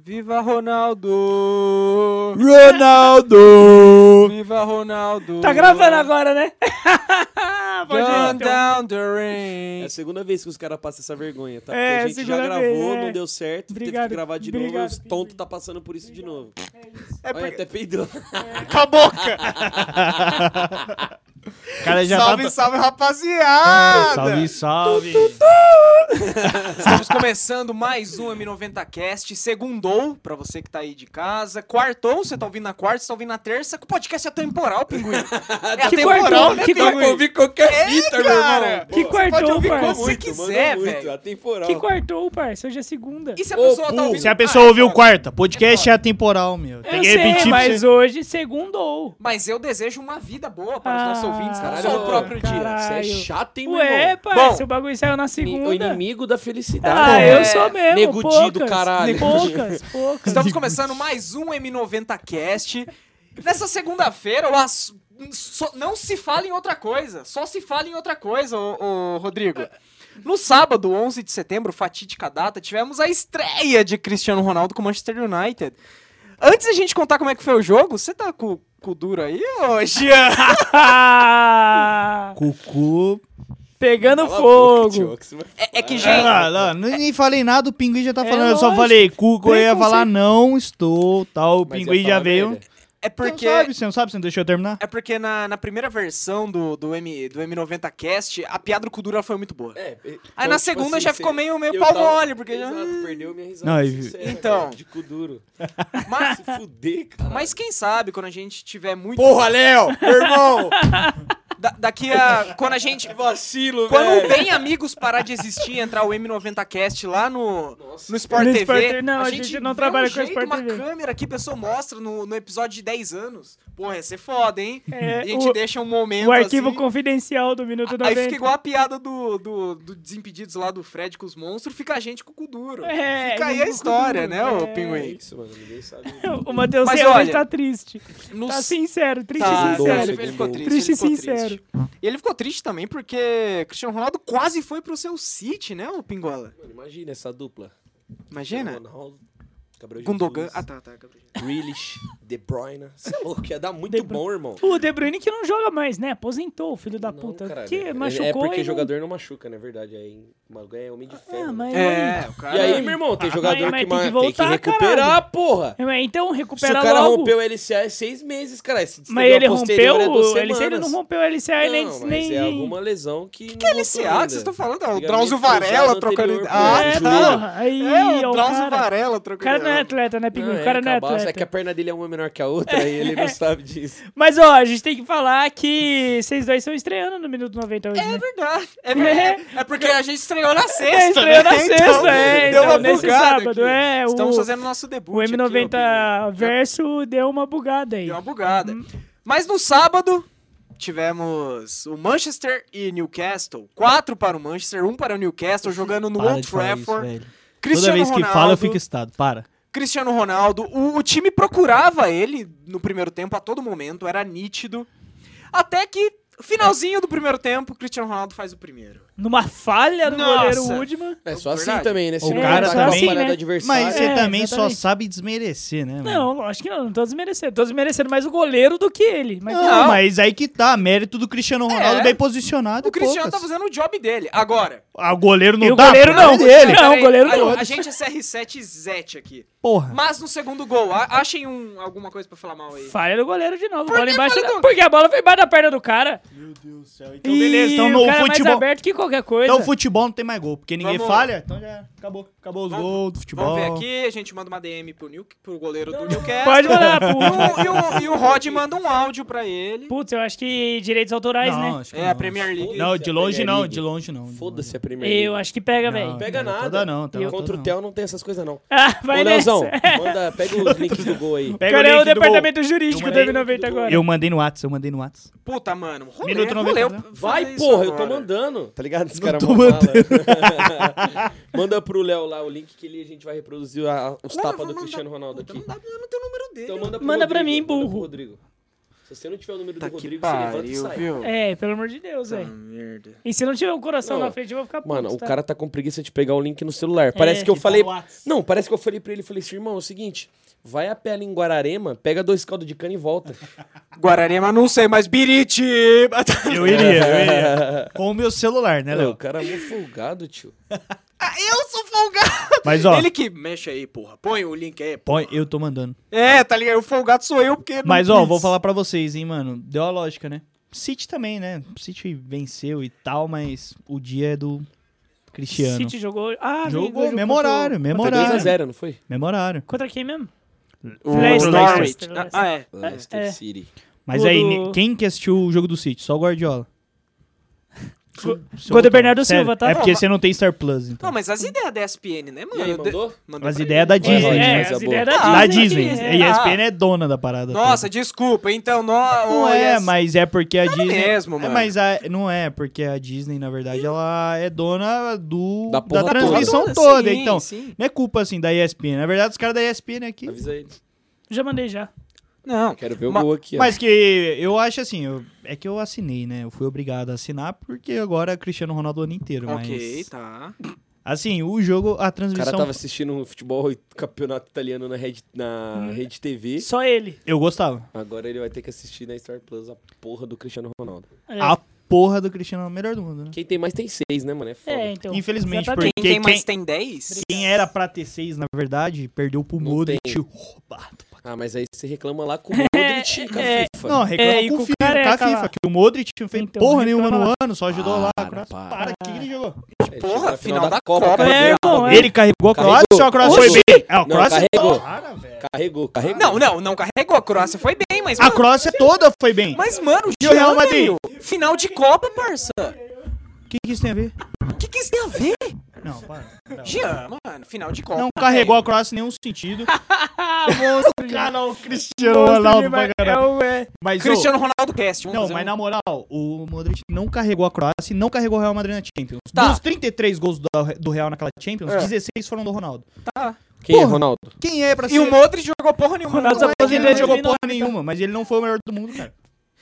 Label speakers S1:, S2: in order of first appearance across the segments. S1: Viva Ronaldo!
S2: Ronaldo!
S1: Viva Ronaldo!
S3: Tá gravando agora, né? Pode ir,
S1: Run
S3: então.
S1: down the ring!
S4: É a segunda vez que os caras passam essa vergonha, tá?
S3: É,
S4: Porque a gente já
S3: segunda
S4: gravou,
S3: vez, é.
S4: não deu certo, teve
S3: Obrigado,
S4: que gravar de novo,
S3: obrigado,
S4: os tontos tá passando por isso de novo.
S5: É
S4: Olha, até peidou.
S5: Com a boca!
S2: O cara já
S5: salve,
S2: tá...
S5: salve, rapaziada!
S2: salve, salve.
S1: É, Estamos começando mais um M90Cast. Segundou, pra você que tá aí de casa. Quartou, você tá ouvindo na quarta, você tá ouvindo na terça. O podcast é temporal, pinguim. É
S3: Que
S1: atemporal,
S3: quartou?
S1: né,
S3: Que
S1: pinguim?
S3: quartou?
S1: ouvir qualquer fita, meu
S5: cara.
S1: irmão.
S3: Que
S4: Pô,
S1: pode
S3: quartou,
S1: ouvir
S4: Mandou
S1: como
S3: parça?
S1: se
S4: muito,
S1: quiser,
S4: mandou muito,
S1: velho.
S4: atemporal.
S3: Que quartou, parça? Hoje é segunda.
S1: E se a
S4: Ô,
S1: pessoa tá
S4: burro.
S1: ouvindo...
S2: Se a
S1: Ah,
S2: pessoa
S1: é
S2: ouviu o
S1: foda.
S2: quarta, podcast é atemporal, meu. Tem
S3: então. Eu
S2: que
S3: sei,
S2: repetir pra
S3: mas
S2: você.
S3: hoje segundou.
S1: Mas eu desejo uma vida boa para os
S3: Ah,
S1: nossos ouvintes, cara.
S4: Caralho, é
S1: Só o próprio dia.
S3: caralho.
S4: Você é chato, hein, meu
S3: Ué,
S4: irmão?
S3: parça,
S1: Bom,
S3: o bagulho saiu na
S4: O
S3: segunda.
S4: inimigo da felicidade.
S3: Ah,
S1: É,
S3: eu sou mesmo.
S4: nego Di do
S3: poucas,
S4: caralho.
S3: Poucas, poucas.
S1: Estamos começando mais um M90Cast. Nessa segunda-feira, o ass- só- não se fala em outra coisa. Só se fala em outra coisa, ô, ô, Rodrigo. No sábado, 11 de setembro, fatídica data, tivemos a estreia de Cristiano Ronaldo com o Manchester United. Antes da gente contar como é que foi o jogo, você tá com com o duro aí, ô Jean?
S3: Ah,
S2: Cucu.
S3: Pegando
S4: Cala a boca,
S3: fogo.
S4: tio, que você vai-
S1: É, é que,
S2: Ah,
S1: gente,
S2: lá, lá, nem falei nada, o pinguim já tá
S3: É
S2: falando. eu só
S3: lógico.
S2: falei, cuco, eu ia
S3: Preconceito.
S2: falar, não estou, tal. O
S4: Mas ia
S2: pinguim já
S4: falar
S2: veio.
S4: merda.
S1: é
S2: Você
S1: porque...
S2: não sabe, você não sabe, você não deixou eu terminar?
S1: É porque na, na primeira versão do, do, M, do M90Cast, a piada do Kudura foi muito boa.
S4: É, é,
S1: Aí
S4: então,
S1: na
S4: tipo
S1: segunda
S4: assim,
S1: já
S4: você-
S1: ficou meio, meio
S4: eu
S1: pau
S4: tava-
S1: mole, porque... já-
S4: Exato, perdeu minha risada.
S2: Não, e-
S4: sincera,
S1: Então.
S4: cara, De cu duro.
S1: Mas,
S4: Se fuder, cara.
S1: mas quem sabe, quando a gente tiver muito...
S4: Porra, Léo! Meu irmão!
S1: Da- daqui a... Quando a gente...
S4: Que vacilo,
S1: Quando o
S4: velho!
S1: Bem Amigos parar de existir e entrar o M90Cast lá no, no Sport
S3: No
S1: TV...
S3: Sport TV, não, a gente não
S1: vê
S3: trabalha
S1: um
S3: com
S1: jeito,
S3: Sport
S1: uma
S3: TV.
S1: câmera que a pessoa mostra no, no episódio de 10 anos. Porra, ia ser foda, hein?
S3: É,
S1: a gente
S3: o-
S1: deixa um momento
S3: O arquivo
S1: assim...
S3: confidencial do Minuto
S1: Aí
S3: 90.
S1: fica igual a piada do, do, do Desimpedidos lá do Fred com os monstros, fica a gente com o cu duro.
S3: É,
S1: fica aí
S3: igual
S1: a
S3: o
S1: história,
S3: Kuduro,
S1: né, ô
S3: é.
S4: É
S1: Pinguim?
S4: isso, mano. Ninguém sabe.
S3: O Matheus
S1: Mas
S3: Mas hoje
S1: olha,
S3: tá triste.
S1: Nos-
S3: Tá sincero, triste
S1: Tá,
S3: e sincero.
S1: ele ficou triste,
S3: Triste
S1: ele
S3: e
S1: ficou
S3: sincero.
S1: triste. E ele ficou triste também porque Cristiano Ronaldo quase foi pro seu City, né, ô Pingola?
S4: Mano, imagina essa dupla.
S1: Imagina.
S4: Ronaldo, Gabriel
S1: Gundogan.
S4: Jesus,
S1: Ah, tá, tá. Gabriel.
S4: Grealish, De Bruyne. Você é louco, ia dar muito
S3: De Bruyne.
S4: bom, irmão.
S3: O De Bruyne que não joga mais, né? Aposentou, filho da
S4: Não,
S3: puta.
S4: caralho.
S3: que
S4: É-
S3: machucou
S4: É porque
S3: e não-
S4: jogador não machuca, na verdade. É, em- é homem de ferro.
S3: Ah,
S4: né?
S3: mas...
S1: É, o
S4: E
S1: cara.
S4: aí, meu irmão, tem
S3: Ah, mas-
S4: jogador
S3: mas
S4: que,
S3: tem
S4: ma-
S3: que
S4: tem que
S3: voltar,
S4: recuperar, porra.
S3: Mas Então
S4: Se o
S3: recupera
S4: cara
S3: logo.
S4: rompeu o LCA é seis meses, cara. Se
S3: Mas
S4: destendeu a
S3: ele
S4: posterior
S3: rompeu
S4: é duas
S3: o LCA, ele não
S4: semanas.
S3: rompeu o LCA e nem...
S4: Não, mas
S3: nem...
S4: é alguma lesão que.
S1: que é LCA que vocês estão falando? Ah, O
S4: Ligamento
S1: Drauzio
S4: cruzado
S1: Varela trocando ideia.
S4: anterior, pô.
S1: Ah,
S3: É,
S4: Juro.
S1: tá.
S3: porra, aí,
S1: É,
S3: ó,
S1: o
S3: o
S1: Drauzio
S3: cara...
S1: Varela
S3: O
S1: trocando
S3: cara não é
S1: ideia.
S3: atleta, né, Pinguim?
S4: Não,
S3: o cara
S4: é,
S3: não é
S4: cabaço,
S3: atleta.
S4: É que é- a perna dele é uma menor que a outra e ele não sabe disso.
S3: Mas, ó, a gente tem que falar que vocês dois estão estreando no Minuto 90 hoje,
S1: É
S3: né?
S1: verdade. É, verdade. é porque a gente estreou na
S3: É,
S1: sexta.
S3: estreou na
S1: né?
S3: sexta,
S1: Então,
S3: é.
S1: Deu
S3: Então,
S1: uma
S3: nesse
S1: bugada
S3: sábado,
S1: aqui.
S3: é. o-
S1: Estamos fazendo nosso debut.
S3: O
S1: aqui, ô,
S3: M90
S1: Pinguim.
S3: verso deu uma bugada aí.
S1: Deu
S2: Uhum.
S1: uma bugada. Mas no sábado tivemos o Manchester e Newcastle. Quatro para o Manchester, um para o Newcastle, jogando no Old Trafford.
S2: velho. Toda
S1: Cristiano
S2: vez que
S1: Ronaldo,
S2: fala, eu fico estado. Para.
S1: Cristiano Ronaldo. O, o time procurava ele no primeiro tempo a todo momento, era nítido. Até que, finalzinho do primeiro tempo, Cristiano Ronaldo faz o primeiro.
S3: Numa falha do
S1: Nossa.
S3: goleiro
S2: Hum.
S3: Woodman.
S4: É só
S1: Verdade.
S4: assim também, né? Se
S2: O
S4: não
S2: cara
S4: tá com a
S2: também-
S4: falha do
S3: né?
S4: adversário.
S2: Mas
S3: É,
S2: você também só
S3: exatamente.
S2: sabe desmerecer, né? mano?
S3: Não, lógico que não, não tô desmerecendo. Tô desmerecendo mais o goleiro do que ele. Mas
S2: Não, mas aí que tá, mérito do Cristiano Ronaldo
S1: É.
S2: bem posicionado.
S1: O Cristiano tá
S2: poucas.
S1: fazendo o job dele. Agora.
S2: Ah, o goleiro não
S3: E o
S2: dá,
S3: goleiro
S2: pô,
S3: não.
S2: é dele.
S3: Não, o goleiro
S1: a,
S3: não.
S1: a gente é CR7 Zete aqui.
S2: Porra.
S1: Mas no segundo gol, a- achem um- alguma coisa pra falar mal aí.
S3: falha do goleiro de novo.
S1: Por
S3: bola
S1: que
S3: embaixo
S1: falha
S3: da-
S1: do-
S3: Porque a bola foi embaixo da perna do cara.
S2: Então, beleza, então
S3: E
S2: no
S3: o cara é mais
S2: futebol-
S3: aberto que qualquer coisa.
S2: Então o futebol não tem mais gol, porque ninguém
S1: Vamos-
S2: falha. Então já acabou. Acabou os
S1: Vamos-
S2: gols do futebol.
S1: Vamos ver aqui, a gente manda uma DM pro, New, pro goleiro do Newcastle.
S3: Pode mandar,
S1: E o-
S3: putz.
S1: E o, e o Rod manda um áudio pra ele.
S3: Putz, eu acho que direitos autorais,
S2: Não,
S3: né?
S2: acho que
S1: É,
S2: não.
S1: a Premier League.
S2: Não, de longe não,
S4: League.
S2: de longe não. de longe
S4: Foda-se a
S3: Eu
S4: primeira. League.
S3: acho que pega,
S2: não.
S3: velho.
S4: Pega
S2: Não,
S4: nada.
S2: toda não, toda
S4: Contra
S2: não.
S4: o Theo não tem essas coisas, não.
S3: Ah, vai
S4: Ô,
S3: nessa.
S4: Leozão, manda, pega os links do gol aí.
S2: Pega
S3: Cara, é o
S2: link do gol.
S3: departamento jurídico
S2: Eu
S3: do
S2: mandei-
S3: M90 agora.
S2: Eu mandei no Whats, eu mandei no Whats.
S1: Puta, mano. Rolê,
S2: Minuto né?
S1: rolê,
S2: 90,
S1: eu- falei
S4: Vai,
S1: isso
S4: porra, eu tô
S1: agora.
S4: mandando. Tá ligado? Os
S1: é
S4: caras
S2: tô
S4: mó bala. Manda pro Léo lá o link que ele, a gente vai reproduzir a- os
S1: Como eu
S4: tapas
S1: vou
S4: do
S1: mandar?
S4: Cristiano Ronaldo
S1: Puta,
S4: aqui.
S1: Não dá, eu não tenho o número dele.
S4: Então manda pro
S3: Manda pra
S4: Rodrigo,
S3: mim,
S4: manda pro
S3: burro.
S4: Rodrigo. Se você não tiver o número
S1: Tá
S4: do
S1: que
S4: Rodrigo, você levanta e
S1: pariu,
S4: sai.
S1: viu?
S3: É, pelo amor de Deus,
S1: Puta
S3: velho.
S2: Hum.
S1: merda.
S3: E se não tiver um coração
S4: Não,
S3: na frente, eu vou ficar puto,
S4: Mano, o
S3: tá?
S4: cara tá com preguiça de pegar o link no celular.
S3: É,
S4: Parece que eu
S2: Ele tá
S4: falei.
S2: no Whats.
S4: Não, parece que eu falei pra ele, falei assim, irmão, é o seguinte, vai a pé ali em Guararema, pega dois caldos de cana e volta.
S1: Guararema, não sei, mas Biritiba.
S2: Eu iria, eu iria. Com o meu celular, né,
S4: Não, o
S2: Léo?
S4: cara é muito folgado, tio.
S1: Ah, Eu sou folgado.
S2: Mas, ó,
S1: Ele que mexe aí, porra. Põe o link aí.
S2: põe, eu tô mandando.
S1: É, tá ligado? O folgado sou eu, porque. não
S2: Mas, ó,
S1: quis.
S2: vou falar pra vocês, hein, mano. Deu a lógica, né? City também, né? City venceu e tal, mas o dia é do Cristiano.
S3: City jogou. Ah,
S2: Jogou,
S3: jogou
S2: mesmo horário,
S3: contra o-
S2: mesmo
S3: contra
S2: horário.
S3: quem mesmo?
S4: 2x0, não foi?
S2: Memorário.
S3: Contra quem mesmo?
S1: O
S3: Leicester,
S2: né?
S1: Norwich.
S3: Leicester, Leicester.
S1: Ah, é.
S4: Leicester
S3: É.
S4: City.
S2: Mas
S3: O
S2: aí,
S3: do-
S2: ni- quem que assistiu o jogo do City? Só o Guardiola.
S3: Go-
S2: Seu
S3: Gol do
S2: botão.
S3: Bernardo
S2: Sério,
S3: Silva, tá?
S2: É porque você não tem Star Plus, então.
S1: Não, mas as ideias da ESPN, né, mano?
S4: E aí,
S1: Eu de-
S4: mandou?
S1: mandei
S2: Mas
S1: pra
S2: ideia da
S3: É,
S2: Disney.
S4: Olha,
S3: é,
S2: né?
S4: mas é
S3: as
S4: boa.
S3: ideias
S1: Ah,
S2: Da
S1: mas
S2: Disney.
S1: que-
S3: né?
S2: A ESPN é dona da parada.
S1: Nossa, desculpa, então. No...
S2: toda. não é, mas é porque a Disney.
S1: mesmo,
S2: É,
S1: mano.
S2: mas a- não é, porque a Disney, na verdade, ela é dona do,
S4: Da
S2: da,
S4: porra toda.
S2: transmissão
S1: Sim,
S2: toda. Então,
S1: sim.
S2: não é culpa, assim, da ESPN. Na verdade, os caras da ESPN aqui...
S4: Avisa ele.
S3: Já mandei já.
S1: Não.
S4: Quero ver o
S1: Ma-
S4: gol aqui, ó.
S2: Mas que eu acho assim, eu- é que eu assinei, né? Eu fui obrigado a assinar, porque agora é Cristiano Ronaldo o ano inteiro,
S1: Ok,
S2: mas...
S1: tá.
S2: Assim, o jogo, a
S4: O
S2: transmissão...
S4: cara tava assistindo um futebol e campeonato italiano na Rede,
S1: Hum.
S4: na rede TV.
S3: Só ele.
S2: Eu gostava.
S4: Agora ele vai ter que assistir na Star Plus a porra do Cristiano Ronaldo.
S3: É,
S2: A porra do Cristiano é o melhor do mundo, né?
S4: Quem tem mais tem seis, né, mano? É foda.
S3: é então.
S2: Infelizmente,
S3: Exatamente.
S1: Quem
S2: Porque
S1: tem mais
S2: quem-
S1: tem 10?
S2: Quem era pra ter seis, na verdade, perdeu pro
S4: Não
S2: Modric
S4: tem.
S2: roubado. pra-
S4: Ah, mas aí você reclama lá com o Modric, com a
S3: é.
S4: FIFA.
S2: Não, reclama
S3: É, e
S2: com
S3: com
S2: o
S3: o
S2: FIFA,
S3: careca
S2: com a
S3: lá.
S2: FIFA, que o Modric não fez
S3: Então,
S2: porra
S3: reclama
S2: nenhuma no
S3: lá.
S2: ano, só ajudou lá.
S4: Para,
S2: a Croácia.
S4: para.
S2: para, o que que ele jogou?
S4: Ele chegou
S1: Porra,
S4: É, tá na
S1: final da
S4: Copa,
S1: Copa. né?
S4: perdeu.
S3: É, irmão, é.
S2: Ele carregou a Croácia
S4: Carregou.
S2: ou a Croácia foi
S4: Oxi.
S2: bem? É, a
S4: Não,
S2: Croácia
S4: carregou.
S2: Para, velho.
S4: Carregou, carregou.
S1: Não, não, não carregou. A Croácia foi bem, mas.
S2: A
S1: mano,
S2: Croácia toda foi bem. O
S1: Mas, mano,
S2: E o Real
S1: Jean,
S2: Madrid?
S1: velho, Final de Copa, parça.
S2: que, que isso tem a ver?
S1: O que, que isso tem a ver?
S2: Não, para.
S1: Jean, mano, final de Copa.
S2: Não carregou a Croácia em nenhum sentido.
S3: Ah, monstro.
S2: Cara, é o Cristiano
S3: monstro
S2: Ronaldo
S3: demais.
S2: pra caralho.
S3: É o- é.
S2: Mas, ô,
S1: Cristiano Ronaldo Cast. vamos
S2: Não,
S1: fazer
S2: mas
S1: um-
S2: na moral, o Modric não carregou a Croácia e não carregou o Real Madrid na Champions.
S1: Tá.
S2: Dos 33 gols do, do Real naquela Champions, 16 foram do Ronaldo.
S4: Quem é
S2: Porra.
S4: Ronaldo?
S2: Quem é pra ser...
S1: E o Modric jogou porra nenhuma.
S3: Ronaldo
S1: Não,
S3: só-
S2: Mas ele não é então.
S3: Ele
S2: jogou
S3: não-
S2: porra nenhuma, mas ele não foi o melhor do mundo, cara.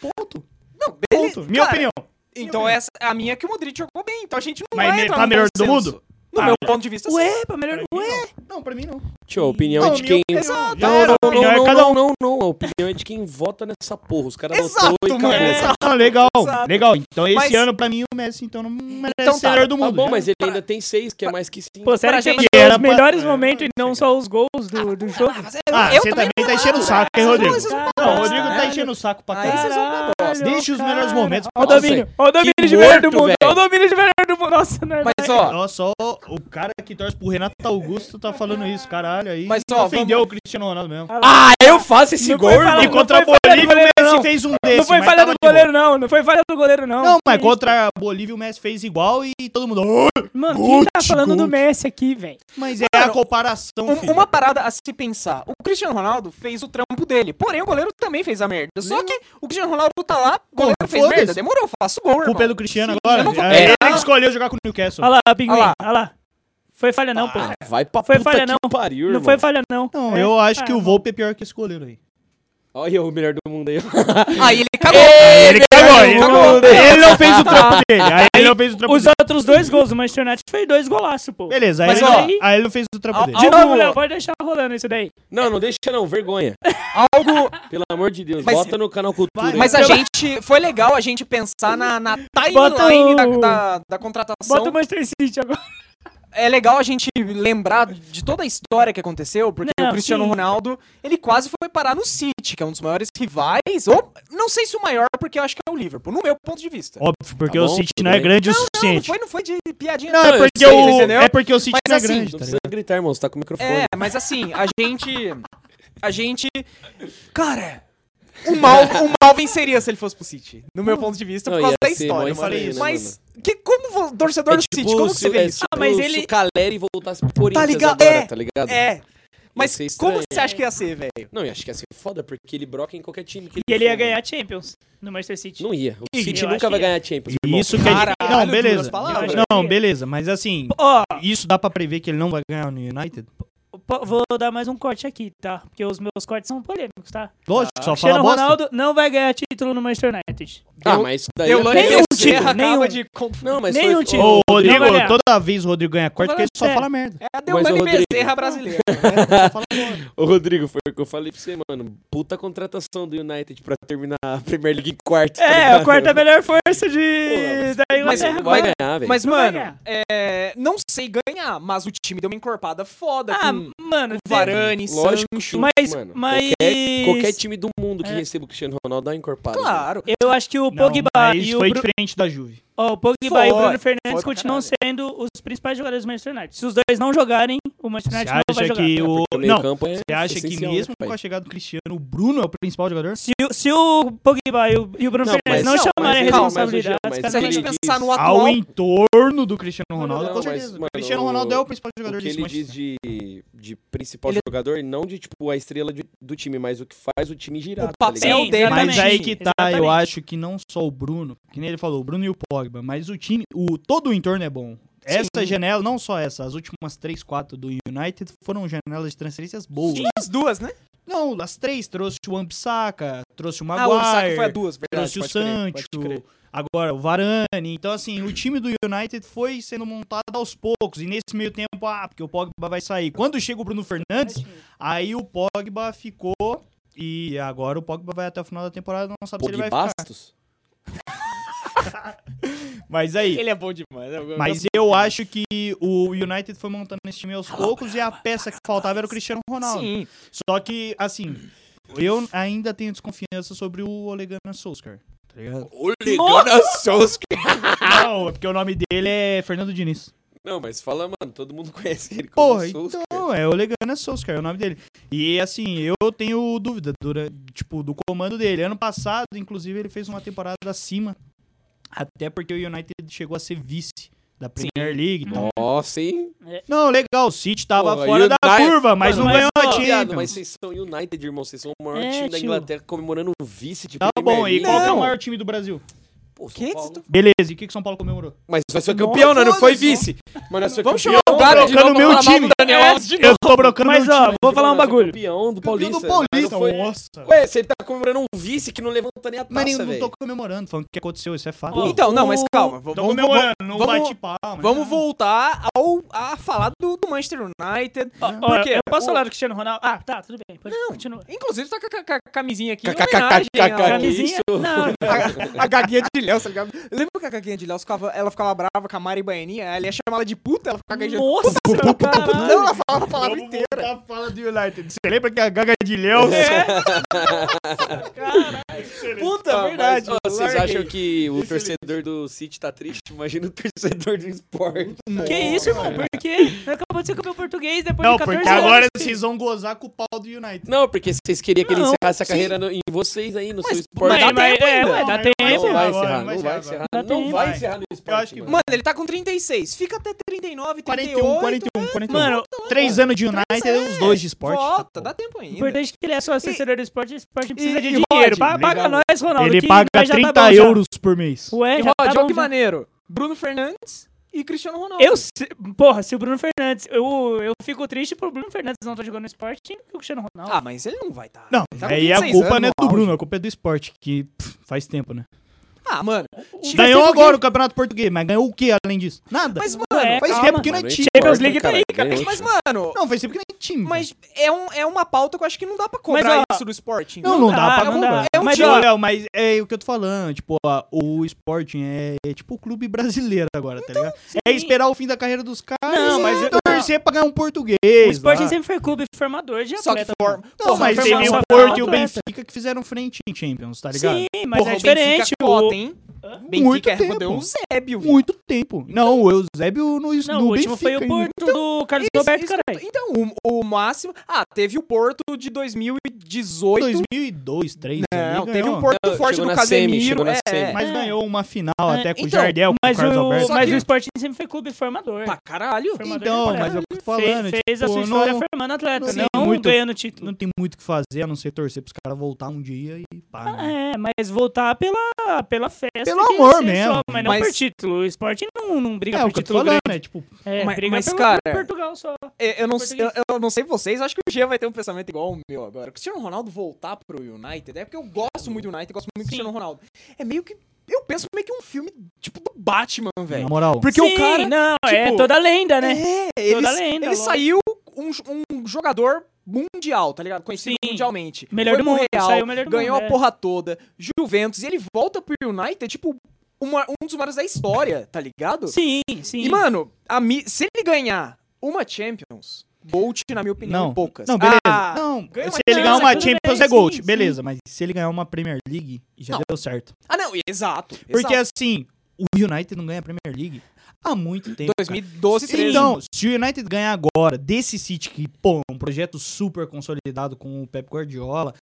S2: Ponto.
S1: não, beleza.
S2: Ponto. Minha
S1: Cara,
S2: opinião.
S1: Então essa é a minha é que o Modric jogou bem. Então a gente não
S2: Mas
S1: vai
S2: ele
S1: entrar
S2: tá
S1: num
S2: melhor do
S1: consenso.
S2: mundo?
S1: No
S2: Ah,
S1: meu ponto de vista, sim.
S3: Ué, pra melhor. Ué.
S2: Não, pra mim não.
S4: Tio, a opinião
S2: Não,
S4: é de quem.
S2: minha
S1: Exato.
S2: opinião- já era.
S4: Não, não,
S2: Opinião é
S4: não,
S2: cada um.
S4: não, não, não. A opinião é de quem vota nessa porra. Os caras
S1: Exato,
S4: votou e acabou.
S1: mano.
S4: Tá
S1: Exato.
S2: Ah, legal,
S1: Exato.
S2: legal. Então esse
S1: Mas-
S2: ano, pra mim, o Messi então não merece
S1: Então
S2: ser
S1: tá,
S2: o melhor do mundo. né?
S4: bom,
S2: já.
S4: mas ele ainda tem seis, que é mais que cinco.
S3: Pô, sério
S1: Pra
S3: que
S1: gente
S3: é
S2: era
S3: os
S2: pra-
S3: melhores
S2: é,
S3: momentos e não só os gols do, do jogo? é
S2: Ah, você também tá enchendo o saco, hein, Rodrigo? Não, o Rodrigo tá
S1: Caralho.
S2: enchendo o saco pra
S1: Aí
S2: caralho.
S1: vocês vão pra bosta.
S2: Deixa os melhores momentos pra
S3: Olha o
S2: você.
S3: domínio. Olha o domínio
S4: Que
S3: de melhor do
S4: morto,
S3: mundo.
S4: velho.
S3: Olha o domínio de melhor do mundo. Nossa, não é
S1: Mas,
S3: verdade.
S1: ó,
S2: Nossa, ó, o cara que torce pro Renato Augusto tá falando isso, caralho. Aí
S1: Mas, ó,
S2: ofendeu o Cristiano Ronaldo mesmo.
S4: Ah, eu faço esse
S3: Não
S4: gol,
S3: foi falar-
S2: E
S4: irmão.
S2: contra a
S3: foi falha do
S2: Bolívia, o
S3: goleiro,
S2: Messi
S3: não.
S2: fez um desse.
S3: Não foi
S2: mas
S3: falha
S2: tava
S3: do
S2: de boa.
S3: goleiro, não. Não foi falha do goleiro, não.
S2: Não, mas
S3: Que
S2: contra a Bolívia o Messi fez igual e todo mundo. "Oi!"
S3: isso? Mano, quem tá
S2: Guti,
S3: falando do
S2: Guti.
S3: Messi aqui, velho?
S2: Mas é a comparação,
S1: um-
S2: filho.
S1: uma parada a se pensar. O Cristiano Ronaldo fez o trampo dele. Porém, o goleiro também fez a merda. Só que o Cristiano Ronaldo tá lá, o goleiro
S2: Pô,
S1: fez
S2: foda-se.
S1: merda. Demorou, faço gol, irmão.
S2: Culpa é do Cristiano agora.
S1: não vou-
S2: É,
S1: É.
S2: Ele que escolheu jogar com o Newcastle.
S3: Olha lá, pinguim.
S1: Olha lá.
S3: Olha lá. Foi falha não, pô.
S4: Ah, vai pra
S3: Foi
S4: puta
S3: falha,
S4: que
S3: não.
S4: pariu,
S3: Não
S4: irmão.
S3: foi falha, não.
S2: Não,
S3: É.
S2: eu acho que
S3: Ah,
S2: o Volpe é pior que esse goleiro aí.
S4: Olha o melhor do mundo aí.
S1: Aí ele cagou.
S2: Ele cagou, ele
S1: cagou.
S2: Ele não fez o trampo dele. Aí ele não fez o trampo
S3: Os
S2: dele.
S3: outros dois gols do Manchester United foi dois golaços, pô. De
S2: Beleza, aí
S1: Mas,
S2: ele
S1: ó,
S2: não- aí ele não fez o trampo
S1: ao-
S2: dele.
S1: ao-
S3: novo,
S1: Algo-
S3: Léo, pode deixar rolando isso daí.
S4: Não, não deixa não, vergonha.
S1: Algo.
S4: Pelo amor de Deus,
S1: Mas-
S4: bota no canal Cultura.
S2: Vai.
S1: Mas
S4: aí.
S1: a gente. Foi legal a gente pensar na, na
S3: Bota
S1: timeline
S3: o-
S1: da, da, da contratação.
S3: Bota o Manchester City agora.
S1: É legal a gente lembrar de toda a história que aconteceu, porque
S3: Não,
S1: o Cristiano
S3: sim.
S1: Ronaldo, ele quase foi parar no City, que é um dos maiores rivais, ou não sei se o maior, porque eu acho que é o Liverpool, no meu ponto de vista.
S2: Óbvio, porque
S4: Tá
S2: o
S4: bom,
S2: City
S4: tudo
S2: não é
S4: bem.
S2: grande o
S1: Não, não
S2: suficiente.
S1: foi, não foi de piadinha.
S2: Não,
S1: não.
S2: é
S4: eu
S2: porque,
S4: sei,
S2: o,
S1: entendeu?
S2: é porque o City
S1: Mas
S2: não é
S1: assim,
S2: grande,
S4: Não
S2: tá
S4: precisa
S2: ligado?
S4: gritar, irmão, você tá com o microfone.
S1: É, mas assim, a gente. A gente. Cara, o mal, o mal venceria se ele fosse pro City. No meu ponto de vista,
S4: Não,
S1: por causa
S4: ia
S1: da
S4: ser
S1: história.
S4: mó É
S1: mano.
S2: estranho, né,
S1: Mas, que, como vo- torcedor do City, como que você vê isso? Ah,
S3: mas
S4: mas tipo se
S3: ele-
S4: o Caleri voltasse pro Corinthians
S1: ligado?
S4: agora,
S1: É,
S4: tá ligado?
S1: É. Mas
S4: ser
S1: como
S4: estranho.
S1: você acha que ia ser, velho?
S4: Não, eu acho que ia ser foda, porque ele broca em qualquer time. que
S3: E ele ia
S4: for,
S3: ganhar a Champions no Manchester City.
S4: mano. Não ia. O
S2: Ih,
S4: City
S3: eu
S4: nunca
S3: acho
S4: vai
S3: que ia.
S4: ganhar a Champions, irmão.
S2: Isso que é.
S1: Caralho,
S2: Não,
S1: duras
S2: beleza.
S1: palavras.
S2: Não, beleza, mas assim,
S3: Ó,
S2: isso dá pra prever que ele não vai ganhar no United?
S3: po- vou dar mais um corte aqui, tá? Porque os meus cortes são polêmicos, tá?
S2: Lógico, só fala
S3: Cristiano
S2: bosta.
S3: Ronaldo não vai ganhar título no Manchester United.
S4: Ah, mas isso daí...
S1: Eu um-
S4: é-
S1: nem
S3: nenhum
S1: o
S3: time,
S1: Serra acaba
S3: nenhum.
S1: de. conf-
S4: Não, mas
S3: nenhum
S4: foi...
S3: time.
S2: Ô,
S3: Não
S2: Rodrigo,
S3: vai ganhar.
S2: toda vez o Rodrigo ganha corte porque ele só
S3: sério.
S2: fala merda.
S1: É a
S4: Mas, ô,
S1: Deumane
S4: Rodrigo.
S1: Bezerra brasileira.
S2: Só fala merda.
S4: Ô, Rodrigo, foi o que eu falei pra você, mano. Puta contratação do United pra terminar a Premier League em quarto. tá
S3: É,
S4: ligado?
S3: o quarto é a melhor força
S4: Pô,
S3: de... da
S4: Mas
S3: Inglaterra.
S4: não vai
S3: agora.
S4: ganhar, velho.
S1: Mas,
S3: Não vai
S1: mano,
S3: ganhar.
S1: é, não sei ganhar, mas o time deu uma encorpada foda
S3: Ah,
S1: É com
S3: mano,
S1: Varane,
S4: Lógico,
S1: Sancho.
S3: mas...
S4: mano,
S3: mas...
S4: Qualquer, qualquer time do mundo que receba o Cristiano Ronaldo dá uma encorpada.
S1: Claro.
S3: Eu acho que o
S2: Não,
S3: Pogba
S2: mas
S3: e o
S2: foi
S3: Bru-
S2: diferente da Juve.
S3: Ó, o Pogba
S1: Foi,
S3: e o Bruno
S1: foi
S3: Fernandes
S1: pra
S3: continuam
S1: caralho.
S3: sendo os principais jogadores do Manchester United. Se os dois não jogarem, o Manchester
S2: Você
S3: United não vai
S2: acha
S3: jogar.
S2: que o...
S4: porque o
S2: Não,
S4: meio-campo é
S2: você acha que
S4: essencial, né,
S2: mesmo
S4: pai?
S2: com a chegada do Cristiano, o Bruno é o principal jogador?
S3: Se, o- se o Pogba e o, e o Bruno
S4: Não,
S3: Fernandes
S4: mas-
S3: não,
S1: não,
S3: chamarem a
S1: mas- calma, mas, é
S3: responsabilidade,
S4: Jean, mas
S1: Se a gente
S4: ele
S1: pensar
S4: diz-
S1: no atual.
S2: Ao entorno do Cristiano
S4: não,
S2: Ronaldo,
S4: não,
S2: com
S4: mas,
S2: certeza.
S4: mano,
S2: o Cristiano Ronaldo é o principal jogador
S4: O que
S2: desse
S4: ele diz
S2: Manchester
S4: de, de principal
S1: Ele-
S4: jogador, não de, tipo, a estrela de- do time, mas o que faz o time girar,
S1: O
S4: tá
S1: papel
S4: ligado?
S1: Sim, dele
S2: Mas
S1: Exatamente,
S2: aí que tá, eu
S3: exatamente.
S2: acho que não só o Bruno, que nem ele falou, o Bruno e o Pogba, mas o time, o, todo o entorno é bom. Essa janela, não só essa, as últimas 3, 4 do United foram janelas de transferências boas.
S1: As duas, né?
S2: Não, as três, trouxe o Ambissaca, trouxe o
S1: Ah, o Saka
S2: Maguire,
S1: foi a duas, verdade.
S2: trouxe o
S1: pode crer, pode
S2: Sancho,
S1: crer.
S2: agora o Varane. Então, assim, o time do United foi sendo montado aos poucos. E nesse meio tempo, ah, porque o Pogba vai sair. Quando chega o Bruno Fernandes, aí o Pogba ficou. E agora o Pogba vai até o final da temporada, não sabe se ele vai ficar.
S4: Pogbastos?
S2: Mas aí,
S1: Ele é bom demais. eu- eu-
S2: mas eu acho que o United foi montando esse time aos poucos e a peça que faltava era o Cristiano Ronaldo.
S1: Sim.
S2: Só que, assim, eu ainda tenho desconfiança sobre o Olegana Solskjaer. Tá ligado?
S4: Olegana Solskjaer.
S2: Não, é porque o nome dele é Fernando Diniz.
S4: Não, mas fala, mano, todo mundo conhece ele como
S2: Porra,
S4: Solskjaer.
S2: então é Olegana Solskjaer, é o nome dele. E assim, eu tenho dúvida dura- tipo, do comando dele. Ano passado, inclusive, ele fez uma temporada acima. Até porque o United chegou a ser vice da Premier League. e tal.
S4: Nossa, hein?
S2: Não, legal, o City tava
S4: Porra,
S2: fora da
S4: United-
S2: curva, mas
S3: Mano,
S2: não
S3: mas,
S2: ganhou a
S3: ó,
S4: Viado,
S2: Champions.
S4: mas vocês são United, irmão. Vocês são o maior
S3: É,
S4: time da
S3: tio.
S4: Inglaterra comemorando o vice de
S2: Tá
S4: Premier
S2: bom, e
S4: League.
S2: qual que é
S1: Não.
S2: o maior time do Brasil?
S4: Pô, São
S1: Que que
S4: Paulo.
S1: tu-
S2: Beleza, e o que que São Paulo comemorou?
S4: Mas nós foi campeão, né? Não foi
S1: Nossa,
S4: vice. Mas nós foi
S1: Vamos
S4: campeão.
S1: chamar o Gabi de
S2: colocando
S1: novo
S2: meu
S1: pra falar
S2: time.
S1: do Daniel
S3: É,
S1: Alves de
S2: Eu tô brocando
S3: Mas,
S2: meu
S3: ó,
S2: time.
S3: vou falar um
S4: Nós foi
S3: bagulho.
S4: Campeão do
S2: Campeão
S4: Paulista.
S2: do
S4: mas não
S2: Paulista,
S4: foi-
S2: nossa.
S4: Ué, você tá comemorando um vice que não levanta nem a
S2: Mas eu
S4: taça,
S2: não
S4: velho.
S2: tô comemorando, falando o que aconteceu, isso é fato.
S1: novo. Então, não, mas calma.
S2: Tô
S1: Vamos, vamos,
S2: comemorando, não
S1: vamos-
S2: bate palma.
S1: vamos
S2: né?
S1: voltar ao, a falar do, do Manchester United.
S3: Ó,
S1: Por quê?
S3: Eu posso
S1: O-
S3: falar do Cristiano Ronaldo? Ah, tá, tudo bem. Pode continuar.
S1: Inclusive, tá com a- com a com a camisinha aqui. em homenagem ao-
S4: KKKKK, que
S3: Camisinha?
S4: isso?
S3: Não,
S1: A, a gaguinha de Léo, tá ligado? Lembra que a gaguinha de Léo ficava, ela ficava brava com a Mari Baianinha? Ela ia chamar ela de puta, ela ficava gaguejando.
S3: nossa, caralho.
S1: Não, ela falava a palavra
S2: Vamos
S1: inteira. É.
S2: voltar a fala do United. Você lembra que a Gaga de Leão...
S1: Puta,
S4: Ah, mas,
S1: verdade.
S4: ó, vocês
S1: larguei.
S4: acham que o torcedor do City tá triste? Imagina o torcedor do Sport.
S3: É, Que isso, irmão? Por quê? Acabou de ser campeão português depois
S2: Não,
S3: de 14
S2: porque
S3: anos.
S2: agora vocês vão gozar com o pau do United.
S4: Não, porque vocês queriam que ele
S3: Não,
S4: encerrasse a
S3: sim.
S4: carreira no- em vocês aí, no seu Sport.
S3: Mas,
S1: dá
S3: mas,
S1: tempo
S3: é,
S1: ainda.
S3: ué, dá
S2: Não,
S4: não,
S3: tempo.
S4: vai
S2: agora,
S4: encerrar,
S2: mas
S4: não vai
S2: agora.
S4: encerrar.
S3: Dá
S4: Não
S3: tempo.
S4: vai
S2: Vai.
S4: encerrar no Sport.
S2: acho que-
S1: Mano, ele tá com 36. Fica até 39, 38.
S2: 41, 41, 41.
S3: Mano,
S2: Três anos de United
S1: é.
S2: e os dois de esporte. Tá
S1: Volta, dá tempo ainda.
S3: o importante é que ele é só assessor do esporte, o esporte precisa
S1: e-
S3: de
S1: e
S3: dinheiro.
S1: Rod,
S3: Pa- Paga
S1: legal.
S3: nós, Ronaldo.
S2: Ele
S3: que
S2: paga
S3: nós já tá
S2: 30
S3: bom já.
S2: euros por mês.
S3: Ué,
S1: E,
S3: já
S1: Rod,
S3: tá
S1: olha
S3: bom
S1: que
S3: já.
S1: maneiro. Bruno Fernandes e Cristiano Ronaldo.
S3: Eu, se- porra, se o Bruno Fernandes. Eu, eu fico triste por Bruno Fernandes não tá jogando no esporte e o Cristiano Ronaldo.
S1: Ah, mas ele não vai tá.
S2: Não,
S1: Tá com
S2: aí a
S1: 26
S2: culpa
S1: anos
S2: não é
S1: no
S2: do
S1: auge.
S2: Bruno, a culpa é do esporte, que pff, faz tempo, né?
S1: Ah, mano.
S2: Ganhou
S1: Mas-
S2: agora o Campeonato Português, mas ganhou o que além disso? Nada.
S1: Mas, mano,
S3: Ué,
S2: faz
S3: calma.
S2: tempo que não é
S4: Mano,
S2: time.
S3: Champions
S4: Sport,
S3: League tá aí,
S4: cara.
S1: mas, mas, mano.
S2: Não, faz tempo que não é time.
S1: Mas é, um, é uma pauta que eu acho que não dá pra cobrar
S3: Mas, ó,
S1: isso do Sporting.
S2: Não, não dá,
S3: dá,
S2: pra
S3: não
S2: comprar.
S3: dá. É um
S2: mas,
S3: time.
S2: ó, Léo, mas é o que eu tô falando. Tipo, ó, o Sporting é, é tipo o clube brasileiro agora, tá ligado? É esperar o fim da carreira dos caras
S3: Então, Não,
S2: e
S3: mas eu-
S2: torcer pra ganhar um português.
S3: o Sporting
S2: lá.
S3: sempre foi clube formador de
S1: Só que
S3: atleta.
S1: forma.
S2: Não,
S1: Porra,
S2: mas
S3: foi
S2: teve
S3: uma
S2: o
S3: só
S2: Porto e o
S3: atleta.
S2: Benfica que fizeram frente em Champions, tá ligado?
S3: Sim, mas
S1: Porra,
S3: é
S1: o Benfica
S3: diferente.
S1: cota,
S3: o-
S1: hein?
S3: Hã?
S2: Muito
S1: Benfica é
S2: tempo.
S1: deu um Zébio. velho.
S2: Muito tempo. Não, o Eusébio no,
S3: Não,
S2: no
S3: o último
S2: Benfica.
S3: foi o
S2: ainda.
S3: Porto do Carlos Alberto,
S1: Isso- isso que eu
S3: caralho.
S1: tô- Então, o, o máximo. Ah, teve o Porto de 2018.
S2: 2002, 2003.
S1: Não,
S2: ali,
S1: teve
S2: ganhou.
S1: um Porto
S4: Não,
S1: forte
S4: chegou
S1: do
S4: na semi,
S1: Casemiro.
S4: chegou na
S1: é,
S4: semi.
S1: é.
S2: Mas
S3: É.
S2: ganhou uma final
S3: É,
S2: até com o
S1: então,
S2: Jardel, com o
S3: Mas
S2: Carlos
S3: o,
S2: Alberto.
S3: mas
S1: Só
S3: o
S1: que- Tá
S3: Sporting sempre foi clube formador.
S1: Pra caralho.
S3: Formador de
S2: Então,
S3: atleta.
S2: mas eu falando.
S3: fez, fez a
S2: tipo,
S3: sua história
S2: não-
S3: formando atleta,
S2: não tem
S3: não
S2: muito-
S3: ganhando título.
S2: Não tem muito o que fazer, a não ser torcer pros caras voltar um dia e pá.
S1: Ah,
S2: né?
S3: É, mas voltar pela, pela festa.
S2: Pelo
S3: que
S2: amor
S3: você
S2: mesmo.
S3: só, mas não
S1: Mas-
S3: por título. O esporte não, não briga
S2: É,
S3: por
S2: o que eu tô
S3: título
S2: falando,
S3: grande.
S2: né? Tipo,
S3: É,
S1: Mas-
S3: briga
S1: mas,
S3: pelo
S1: cara-
S3: Portugal só.
S1: Eu, eu não, eu, eu não sei vocês, acho que o Gia vai ter um pensamento igual ao meu agora. Cristiano Ronaldo voltar pro United é porque eu gosto muito do United, gosto muito do
S3: Sim.
S1: Cristiano Ronaldo. É meio que. Eu penso meio que um filme tipo do Batman, velho.
S2: na moral.
S1: Porque
S3: Sim,
S1: o cara.
S3: Não, é
S1: tipo,
S3: toda lenda, né?
S1: É, ele,
S3: Toda lenda,
S1: ele
S3: lógico.
S1: saiu um, jo- um jogador mundial, tá ligado? Conhecido
S3: Sim.
S1: mundialmente.
S3: Melhor
S1: Foi
S3: do
S1: pro
S3: mundo,
S1: Real,
S3: saiu melhor do
S1: ganhou
S3: mundo,
S1: a
S3: é.
S1: porra toda. Juventus, e ele volta pro United, tipo, uma- um dos maiores da história, tá ligado?
S3: Sim, sim.
S1: E, mano, a mi- se ele ganhar uma Champions, Bolt, na minha opinião,
S2: Não.
S1: é poucas.
S2: Não, beleza.
S1: Ah,
S2: não,
S1: ganha
S2: se
S1: uma
S2: ele ganhar
S1: Champions,
S2: uma
S3: tudo bem,
S2: Champions é Gold,
S3: sim, sim.
S2: beleza. Mas se ele ganhar uma Premier League, já
S1: Não.
S2: deu certo.
S1: ah, não, exato.
S2: Porque
S1: exato.
S2: assim, o United não ganha a Premier League há muito tempo. cara.
S1: 2012, 13.
S2: Então, se o United ganhar agora desse City que, pô, é um projeto super consolidado com o Pep Guardiola,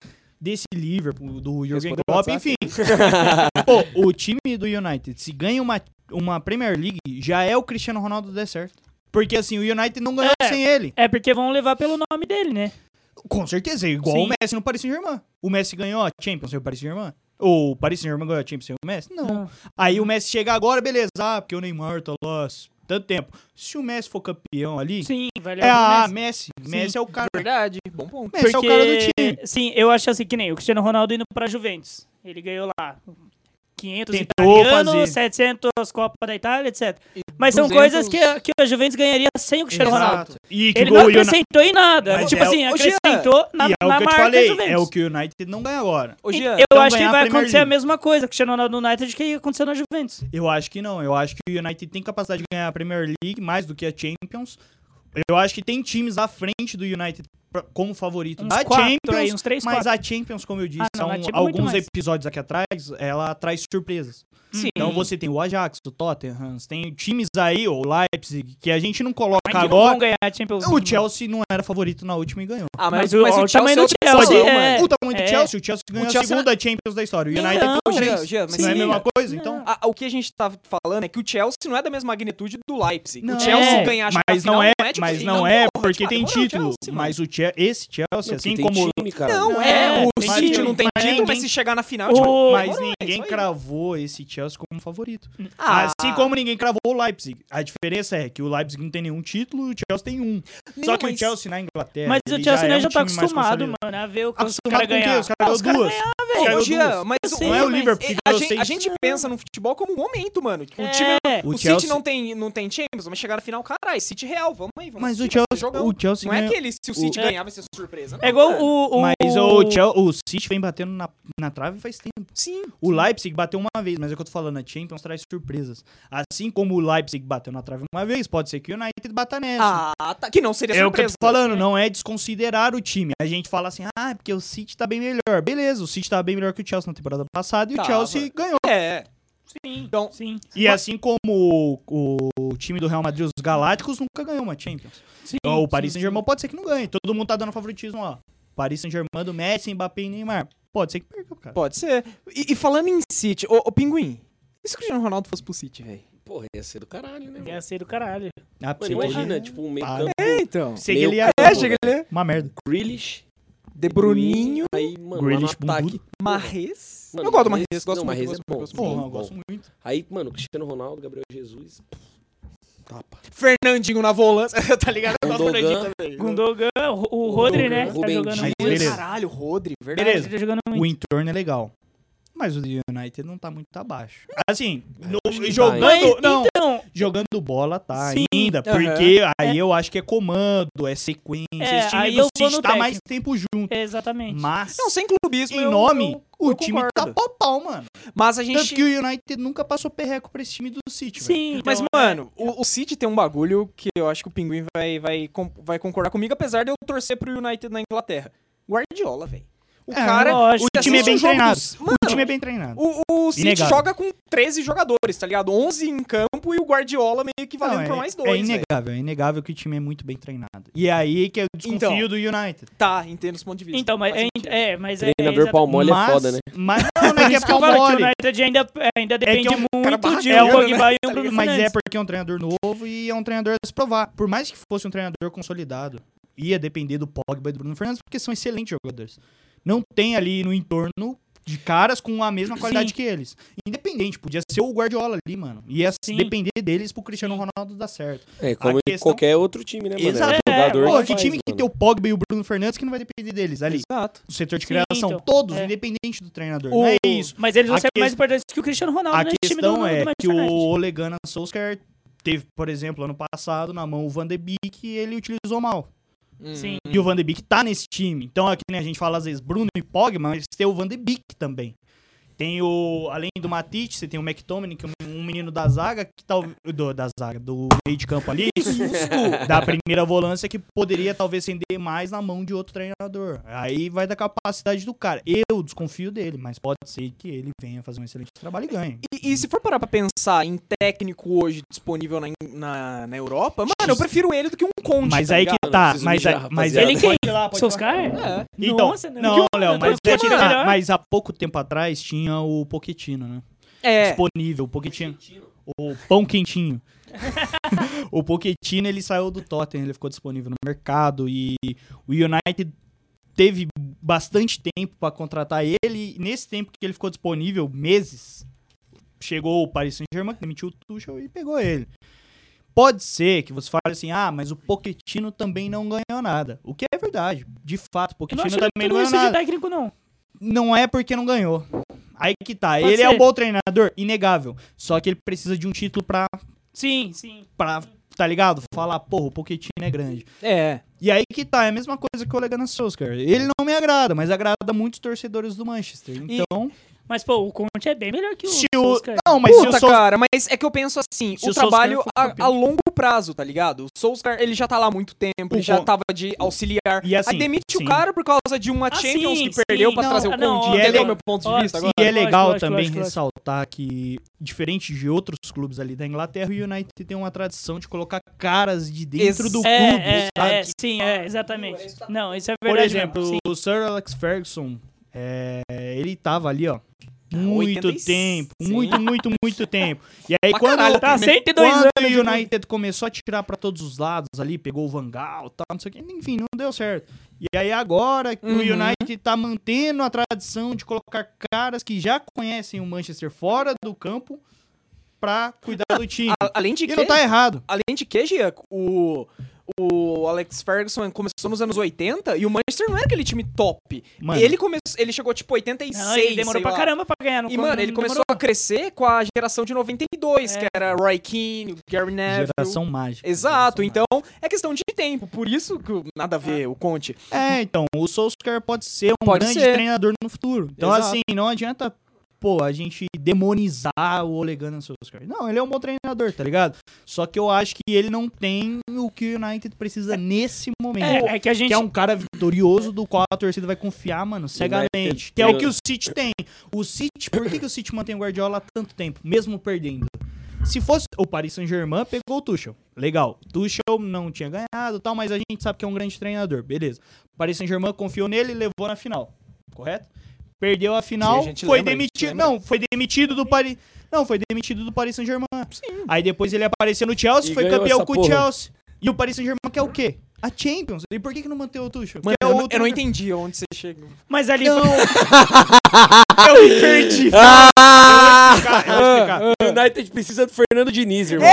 S2: desse Liverpool, do Jürgen
S1: Respondeu o
S2: Klopp,
S1: WhatsApp?
S2: enfim. pô, o time do United, se ganha uma, uma Premier League, já é o Cristiano Ronaldo der certo. Porque assim, o United não ganhou
S3: É.
S2: sem ele.
S3: É porque vão levar pelo nome dele, né?
S2: Com certeza, é igual
S3: Sim.
S2: o Messi no Paris Saint-Germain. O Messi ganhou a Champions sem o Paris Saint-Germain? Ou o Paris Saint-Germain ganhou a Champions sem o Messi? Não. Aí o Messi chega agora, beleza, ah, porque o Neymar tá lá, s- tanto tempo. Se o Messi for campeão ali,
S3: Sim, valeu.
S2: é a
S3: Messi.
S2: Messi.
S3: Sim.
S2: Messi é o cara.
S1: Verdade, bom ponto.
S2: Messi é o cara do time.
S3: Sim, eu acho assim que nem o Cristiano Ronaldo indo pra Juventus. Ele ganhou lá 500
S2: Tentou
S3: italianos,
S2: fazer.
S3: 700 Copa da Itália, etc. Mas são
S1: 200
S3: coisas que, a- que a Juventus ganharia sem o Cristiano Ronaldo.
S2: E que
S3: Ele
S2: o
S3: não
S2: United...
S3: acrescentou em nada.
S2: Mas
S3: tipo
S2: é o-
S3: assim,
S1: Ô, Jean,
S3: acrescentou
S2: e é o
S3: na, na
S2: que eu te
S3: marca
S2: falei,
S3: Juventus.
S2: é o que o United não ganha agora.
S1: Ô, Jean,
S3: Eu
S2: não
S3: acho que
S2: ganhar a
S3: vai
S2: Premier
S3: acontecer a
S2: League.
S3: mesma coisa com o Cristiano Ronaldo no United que aconteceu na Juventus.
S2: Eu acho que não. Eu acho que o United tem capacidade de ganhar a Premier League mais do que a Champions. Eu acho que tem times à frente do United pra- como favorito
S3: Uns
S2: da
S3: quatro
S2: Champions.
S3: aí, uns três,
S2: mas
S3: quatro.
S2: a Champions, como eu disse,
S3: Ah, não,
S2: há um-
S3: a Champions é muito
S2: alguns
S3: mais.
S2: episódios aqui atrás, ela traz surpresas.
S1: Sim.
S2: Então você tem o Ajax, o Tottenham, você tem times aí, ou o Leipzig, que a gente não coloca
S3: Mas que não vão
S2: agora.
S3: ganhar a Champions
S2: O
S3: League.
S2: Chelsea não era favorito na última e ganhou.
S1: Ah,
S3: mas o- o tamanho do
S1: é outra
S3: Chelsea
S1: opção,
S3: é-
S1: mano.
S2: O tamanho do
S3: é.
S2: Chelsea, o Chelsea ganhou a
S1: Chelsea
S2: segunda Champions da história. O
S3: Então,
S2: United ganhou
S1: Jean,
S2: três.
S1: Jean, mas
S2: Não
S1: se
S2: é a
S1: liga.
S2: mesma coisa? Então...
S1: Ah, o que a gente tá falando é que o Chelsea não é da mesma magnitude do Leipzig.
S2: Não.
S1: o Chelsea
S3: É,
S1: ganhar a
S2: Mas
S1: final
S2: não é,
S1: tipo
S2: mas
S1: assim,
S2: não é
S1: porra,
S2: porque
S1: tipo,
S2: tem
S1: não é o
S2: título.
S1: Chelsea, mano.
S2: Mas o Che- esse Chelsea, assim
S4: tem
S2: como
S4: time, cara.
S1: Não,
S3: É,
S1: é, o
S3: tem
S1: City
S3: título,
S1: não tem
S2: mas
S1: título, mas
S2: ninguém-
S1: se chegar na final,
S3: O-
S1: tipo,
S2: Mas
S1: demorou, é
S2: ninguém
S1: isso aí.
S2: cravou esse Chelsea como favorito.
S1: Ah,
S2: Assim como ninguém cravou o Leipzig. A diferença é que o Leipzig não tem nenhum título e o Chelsea tem um. Só
S1: não,
S2: que o
S1: mas-
S2: Chelsea na Inglaterra.
S3: Mas
S2: ele
S3: o Chelsea
S2: é
S3: né,
S2: um
S3: já tá
S2: time mais
S3: acostumado,
S2: consolidado.
S3: mano, a ver o que os
S2: Acostumado
S3: caras
S2: com o quê?
S3: ganham.
S2: Os caras
S3: os caras
S2: ganham duas.
S3: ganharam,
S1: Ô,
S2: Ganhou
S1: Jean,
S2: duas.
S1: mas
S3: Eu
S1: o-
S3: sei,
S2: Não é o
S3: mas-
S2: Liverpool que
S1: a,
S2: ganhou
S1: gente, a
S2: seis.
S1: gente pensa no futebol como um momento, mano. Tipo, O, time,
S3: É.
S1: o,
S2: O
S1: City
S2: Chelsea-
S1: não tem, não tem Champions, mas chegar na final, caralho, City real, vamos aí, vamos.
S2: Mas o
S1: assistir, vai ser
S2: Chelsea,
S1: jogão.
S2: o Chelsea
S1: Não é
S2: ganhou-
S1: aquele, se o City
S3: o-
S1: ganhar, vai ser surpresa. Não,
S3: É igual
S1: mano.
S3: o. o
S2: Mas o, Chel- o City vem batendo na, na trave faz tempo.
S1: Sim.
S2: O Leipzig bateu uma vez, mas é o que eu tô falando, a Champions traz surpresas. Assim como o Leipzig bateu na trave uma vez, pode ser que o United bata nessa.
S1: Ah, tá. Que não seria
S2: É o que eu
S1: surpresa.
S2: tô falando, não é desconsiderar o time. A gente fala assim, ah, é porque o City tá bem melhor. Beleza, o City tá bem melhor que o Chelsea na temporada passada e o
S1: Tava.
S2: Chelsea ganhou.
S1: É.
S3: Sim,
S1: Então,
S3: sim.
S2: E assim como o, o- o time do Real Madrid, os Galácticos, nunca ganhou uma Champions.
S3: sim,
S2: Então, o
S3: sim,
S2: Paris
S3: sim.
S2: Saint-Germain pode ser que não ganhe. Todo mundo tá dando favoritismo, ó. Paris Saint-Germain do Messi, Mbappé e Neymar. Pode ser que perca, cara.
S1: pode ser. E, e falando em City, ô, ô, Pinguim, e se o Cristiano Ronaldo fosse pro City, velho?
S4: Porra, ia ser do caralho, né? mano?
S3: Ia ser do caralho.
S2: Ah,
S4: Mano, imagina, tipo, um meio
S2: Para.
S4: campo.
S1: É, então.
S2: Sei que
S4: meio
S2: ele ia...
S4: campo,
S1: É, chega ele.
S2: Uma merda.
S4: Grealish.
S1: De Bruninho,
S4: Aí, mano, lá no
S2: Grealish
S4: ataque.
S2: bundudo.
S1: Marres.
S4: Mano,
S1: eu gosto do
S4: Marres-
S1: Marres, gosto
S4: não,
S1: muito,
S4: Marres é
S1: gosto
S4: bom.
S1: muito, gosto muito.
S2: Bom,
S4: Bom,
S2: eu gosto muito.
S4: Aí, mano, Cristiano Ronaldo, Gabriel Jesus. Tapa.
S1: Fernandinho na volância, tá ligado? Eu gosto do
S4: Gundogan.
S1: Fernandinho também.
S3: Gundogan, o- o Rodri, né? Tá
S4: Rubem
S3: jogando
S4: Dias.
S3: muito.
S2: Beleza.
S1: Caralho, Rodri, verdade.
S2: Beleza.
S3: Tá jogando muito.
S2: O entorno é legal. Mas o United não tá muito abaixo. Assim, no-
S4: que tá,
S3: Mas,
S2: jogando... Não,
S3: então,
S2: jogando bola tá
S3: Sim,
S2: ainda, porque aí eu acho que é comando, é sequência,
S3: É,
S2: esse time
S3: aí
S2: do
S3: eu vou
S2: City
S3: no
S2: tá
S3: técnico.
S2: mais tempo junto.
S3: exatamente.
S2: Mas,
S1: Não, sem clubismo.
S2: em
S1: eu-
S2: nome,
S1: eu-
S2: o
S1: eu
S2: time tá
S1: concordo.
S2: pau pau, mano.
S1: Mas a
S2: Tanto
S1: gente...
S2: que o United nunca passou perreco pra esse time do City, velho.
S3: Sim, então,
S1: Mas, mano, o, o City tem um bagulho que eu acho que o Pinguim vai, vai, com- vai concordar comigo, apesar de eu torcer pro United na Inglaterra. Guardiola, velho. O
S2: É,
S1: cara.
S3: lógico.
S1: você
S2: O time é
S1: assiste
S2: bem
S1: um jogo
S2: treinado.
S1: dos-
S2: O time é
S1: Mano,
S2: bem treinado.
S1: o, o City
S2: Inegável.
S1: joga com 13 jogadores, tá ligado? 11 em campo e o Guardiola meio que valendo
S2: Não, é,
S1: por mais dois.
S2: é
S1: velho.
S2: inegável, é inegável que o time é muito bem treinado. E é aí que eu desconfio
S1: Então.
S2: do United.
S1: Tá, entendo esse ponto de vista.
S3: Então, mas
S1: Faz
S3: é,
S1: sentido.
S3: é, mas é- é
S4: Treinador
S3: exata-
S4: pau mole
S2: Mas-
S4: é foda, né?
S2: Mas não, não é que é
S3: Por isso que eu falo que o
S2: palmole.
S3: United ainda, ainda depende
S2: um
S3: muito de
S2: é um
S3: um Pogba e um Bruno
S2: Mas é
S3: Fernandes.
S2: porque é um treinador novo e é um treinador a se provar. Por mais que fosse um treinador consolidado, ia depender do Pogba e do Bruno Fernandes, porque são excelentes jogadores. Não tem ali no entorno de caras com a mesma qualidade
S3: Sim.
S2: que eles. Independente, podia ser o Guardiola ali, mano. Ia
S3: Sim.
S2: depender deles pro Cristiano Ronaldo dar certo.
S4: É como em
S2: questão-
S4: qualquer outro time, né, mano?
S2: Exato.
S4: É, um jogador
S3: É,
S2: Pô,
S4: que
S2: que
S4: faz,
S2: time que
S4: mano.
S2: tem o Pogba e o Bruno Fernandes que não vai depender deles ali?
S1: Exato.
S2: Do setor de
S3: Sim,
S2: criação.
S3: então.
S2: Todos,
S3: É.
S2: independente do treinador.
S1: O-
S2: Não é isso.
S3: Mas eles vão
S2: A
S3: ser
S2: ques-
S3: mais importantes que o Cristiano Ronaldo
S2: A
S3: no time
S2: questão
S3: do,
S2: é
S3: do
S2: que
S3: Manchester
S2: o
S3: United.
S2: Ole Gunnar Solskjaer teve, por exemplo, ano passado na mão o Van de Beek e ele utilizou mal.
S3: Sim.
S2: E o Van de Beek tá nesse time. Então aqui né, a gente fala às vezes Bruno e Pogba, mas tem o Van de Beek também. Tem o além do Matic, você tem o McTominay, que é um- um menino da zaga que tal do, da zaga do meio de campo ali, da primeira volância que poderia talvez render mais na mão de outro treinador. Aí vai da capacidade do cara. Eu desconfio dele, mas pode ser que ele venha fazer um excelente trabalho e ganhe.
S1: E, e se for parar pra pensar em técnico hoje disponível na, na, na Europa, mano, eu prefiro ele do que um Conte.
S2: Mas
S1: tá
S2: aí
S1: ligado?
S2: que tá,
S4: preciso
S2: mas,
S4: mijar,
S2: aí- mas
S4: rapaziada.
S3: Ele quem?
S1: É.
S3: Solskjaer?
S2: Então,
S3: Nossa, não.
S2: não,
S3: Que
S2: Léo,
S3: onda,
S2: mas,
S3: tá
S2: é que
S3: ficando
S2: tá,
S3: melhor.
S2: mas há pouco tempo atrás tinha o Poquetino, né?
S1: É.
S2: Disponível, o Poquetino. O pão quentinho. o Poquetino, ele saiu do Tottenham, ele ficou disponível no mercado e o United teve bastante tempo pra contratar ele. E nesse tempo que ele ficou disponível, meses, chegou o Paris Saint-Germain, que demitiu o Tuchel e pegou ele. Pode ser que você fale assim, ah, mas o Poquetino também não ganhou nada. O que é verdade. De fato, o
S3: Eu não
S2: Poquetino
S3: acho
S2: também não
S3: tudo
S2: ganhou
S3: isso é de
S2: nada.
S3: técnico, não.
S2: Não é porque não ganhou. Aí que tá.
S3: Pode
S2: ele é
S3: ser.
S2: um bom treinador, inegável. Só que ele precisa de um título pra,
S3: Sim, sim.
S2: pra tá ligado? Falar, porra, o Poquetino é grande.
S1: É.
S2: E aí que tá, é a mesma coisa que o Ole Souls, cara. Ele não me agrada, mas agrada muitos torcedores do Manchester. Então,
S3: Mas, pô, o Conte é bem melhor que o
S2: se o...
S3: Solskjaer.
S2: Não, mas se
S1: Puta,
S2: o Souls...
S1: cara, mas é que eu penso assim,
S2: Se
S1: o
S2: o Solskjaer
S1: trabalho
S2: for
S1: a,
S2: campeão.
S1: a longo prazo, tá ligado? O Solskjaer, ele já tá lá há muito tempo,
S2: O
S1: ele já
S2: Con-
S1: tava de auxiliar.
S2: E assim,
S1: Aí demite
S2: sim.
S1: o cara por causa de uma
S3: Ah,
S1: Champions
S3: sim,
S1: que perdeu
S3: sim.
S1: pra
S2: Não,
S1: trazer o
S3: ah, não,
S1: Conte,
S2: ó,
S1: entendeu
S2: ó,
S1: meu ponto
S3: ó,
S1: de vista
S3: sim,
S1: agora?
S2: E é
S3: Lógico,
S2: legal
S3: lógico,
S2: também
S3: lógico, lógico.
S2: ressaltar que, diferente de outros clubes ali da Inglaterra, o United tem uma tradição de colocar caras de dentro do
S3: É,
S2: clube,
S3: é,
S2: sabe?
S3: é, sim, é, exatamente. Não, isso é
S2: Por
S3: verdade.
S2: exemplo,
S3: mesmo, sim.
S2: o Sir Alex Ferguson, é, ele tava ali, ó, muito
S1: 86,
S2: tempo,
S1: sim.
S2: muito, muito, muito tempo. E aí
S1: Pra
S2: quando
S1: caralho,
S3: Tá
S1: também.
S3: 102
S2: quando
S3: anos. de
S2: o
S3: clube.
S2: United começou a tirar pra todos os lados ali, pegou o Vangal, tal, não sei o que, enfim, não deu certo. E aí agora o
S1: Uhum.
S2: United tá mantendo a tradição de colocar caras que já conhecem o Manchester fora do campo pra cuidar do time.
S1: A- além de
S2: E
S1: ah, que, é
S2: não tá errado.
S1: além de que, Gia, o o Alex Ferguson começou nos anos 80 e o Manchester não era aquele time top.
S2: Mano.
S1: Ele começou, ele chegou tipo 86,
S3: Não, ele demorou
S1: sei
S3: pra
S1: lá.
S3: caramba pra ganhar. não
S1: E,
S3: come-
S1: mano, ele
S3: não
S1: começou a crescer com a geração de 92, que era Roy Keane, Gary Neville.
S2: Geração mágica.
S1: É, Exato,
S2: Geração
S1: então é questão de tempo, por isso que o- nada a ver o Conte.
S2: É, então, o Solskjaer pode ser um
S1: Pode
S2: grande
S1: ser.
S2: treinador no futuro. Então,
S1: Exato.
S2: assim, não adianta, pô, a gente demonizar o Ole Gunnar Solskjaer. Não, ele é um bom treinador, tá ligado? Só que eu acho que ele não tem o que o United precisa nesse momento.
S3: É, é que a gente.
S2: Que é um cara vitorioso do qual a torcida vai confiar, mano, cegamente. Que é o que o City tem. O City, por que, que o City mantém o Guardiola há tanto tempo, mesmo perdendo? Se fosse o Paris Saint-Germain, pegou o Tuchel. Legal. Tuchel não tinha ganhado e tal, mas a gente sabe que é um grande treinador. Beleza. O Paris Saint-Germain confiou nele e levou na final. Correto? Perdeu a final,
S1: a gente
S2: foi
S1: lembra, a gente
S2: demitido.
S1: lembra.
S2: Não, foi demitido do Paris. Não, foi demitido do Paris Saint-Germain. Sim. Aí depois ele apareceu no Chelsea,
S4: E
S2: foi
S4: ganhou
S2: campeão
S4: essa
S2: com o
S4: porra.
S2: Chelsea. E o Paris Saint-Germain quer o quê? A Champions. E por que, que não manteve o Tuchel?
S1: Mano,
S2: Porque é
S1: eu, não-
S2: outro-
S1: eu não entendi onde você chegou.
S3: Mas ali
S2: Não,
S3: foi-
S2: eu me perdi.
S4: Ah!
S2: Eu vou explicar.
S4: O United precisa do Fernando Diniz, irmão.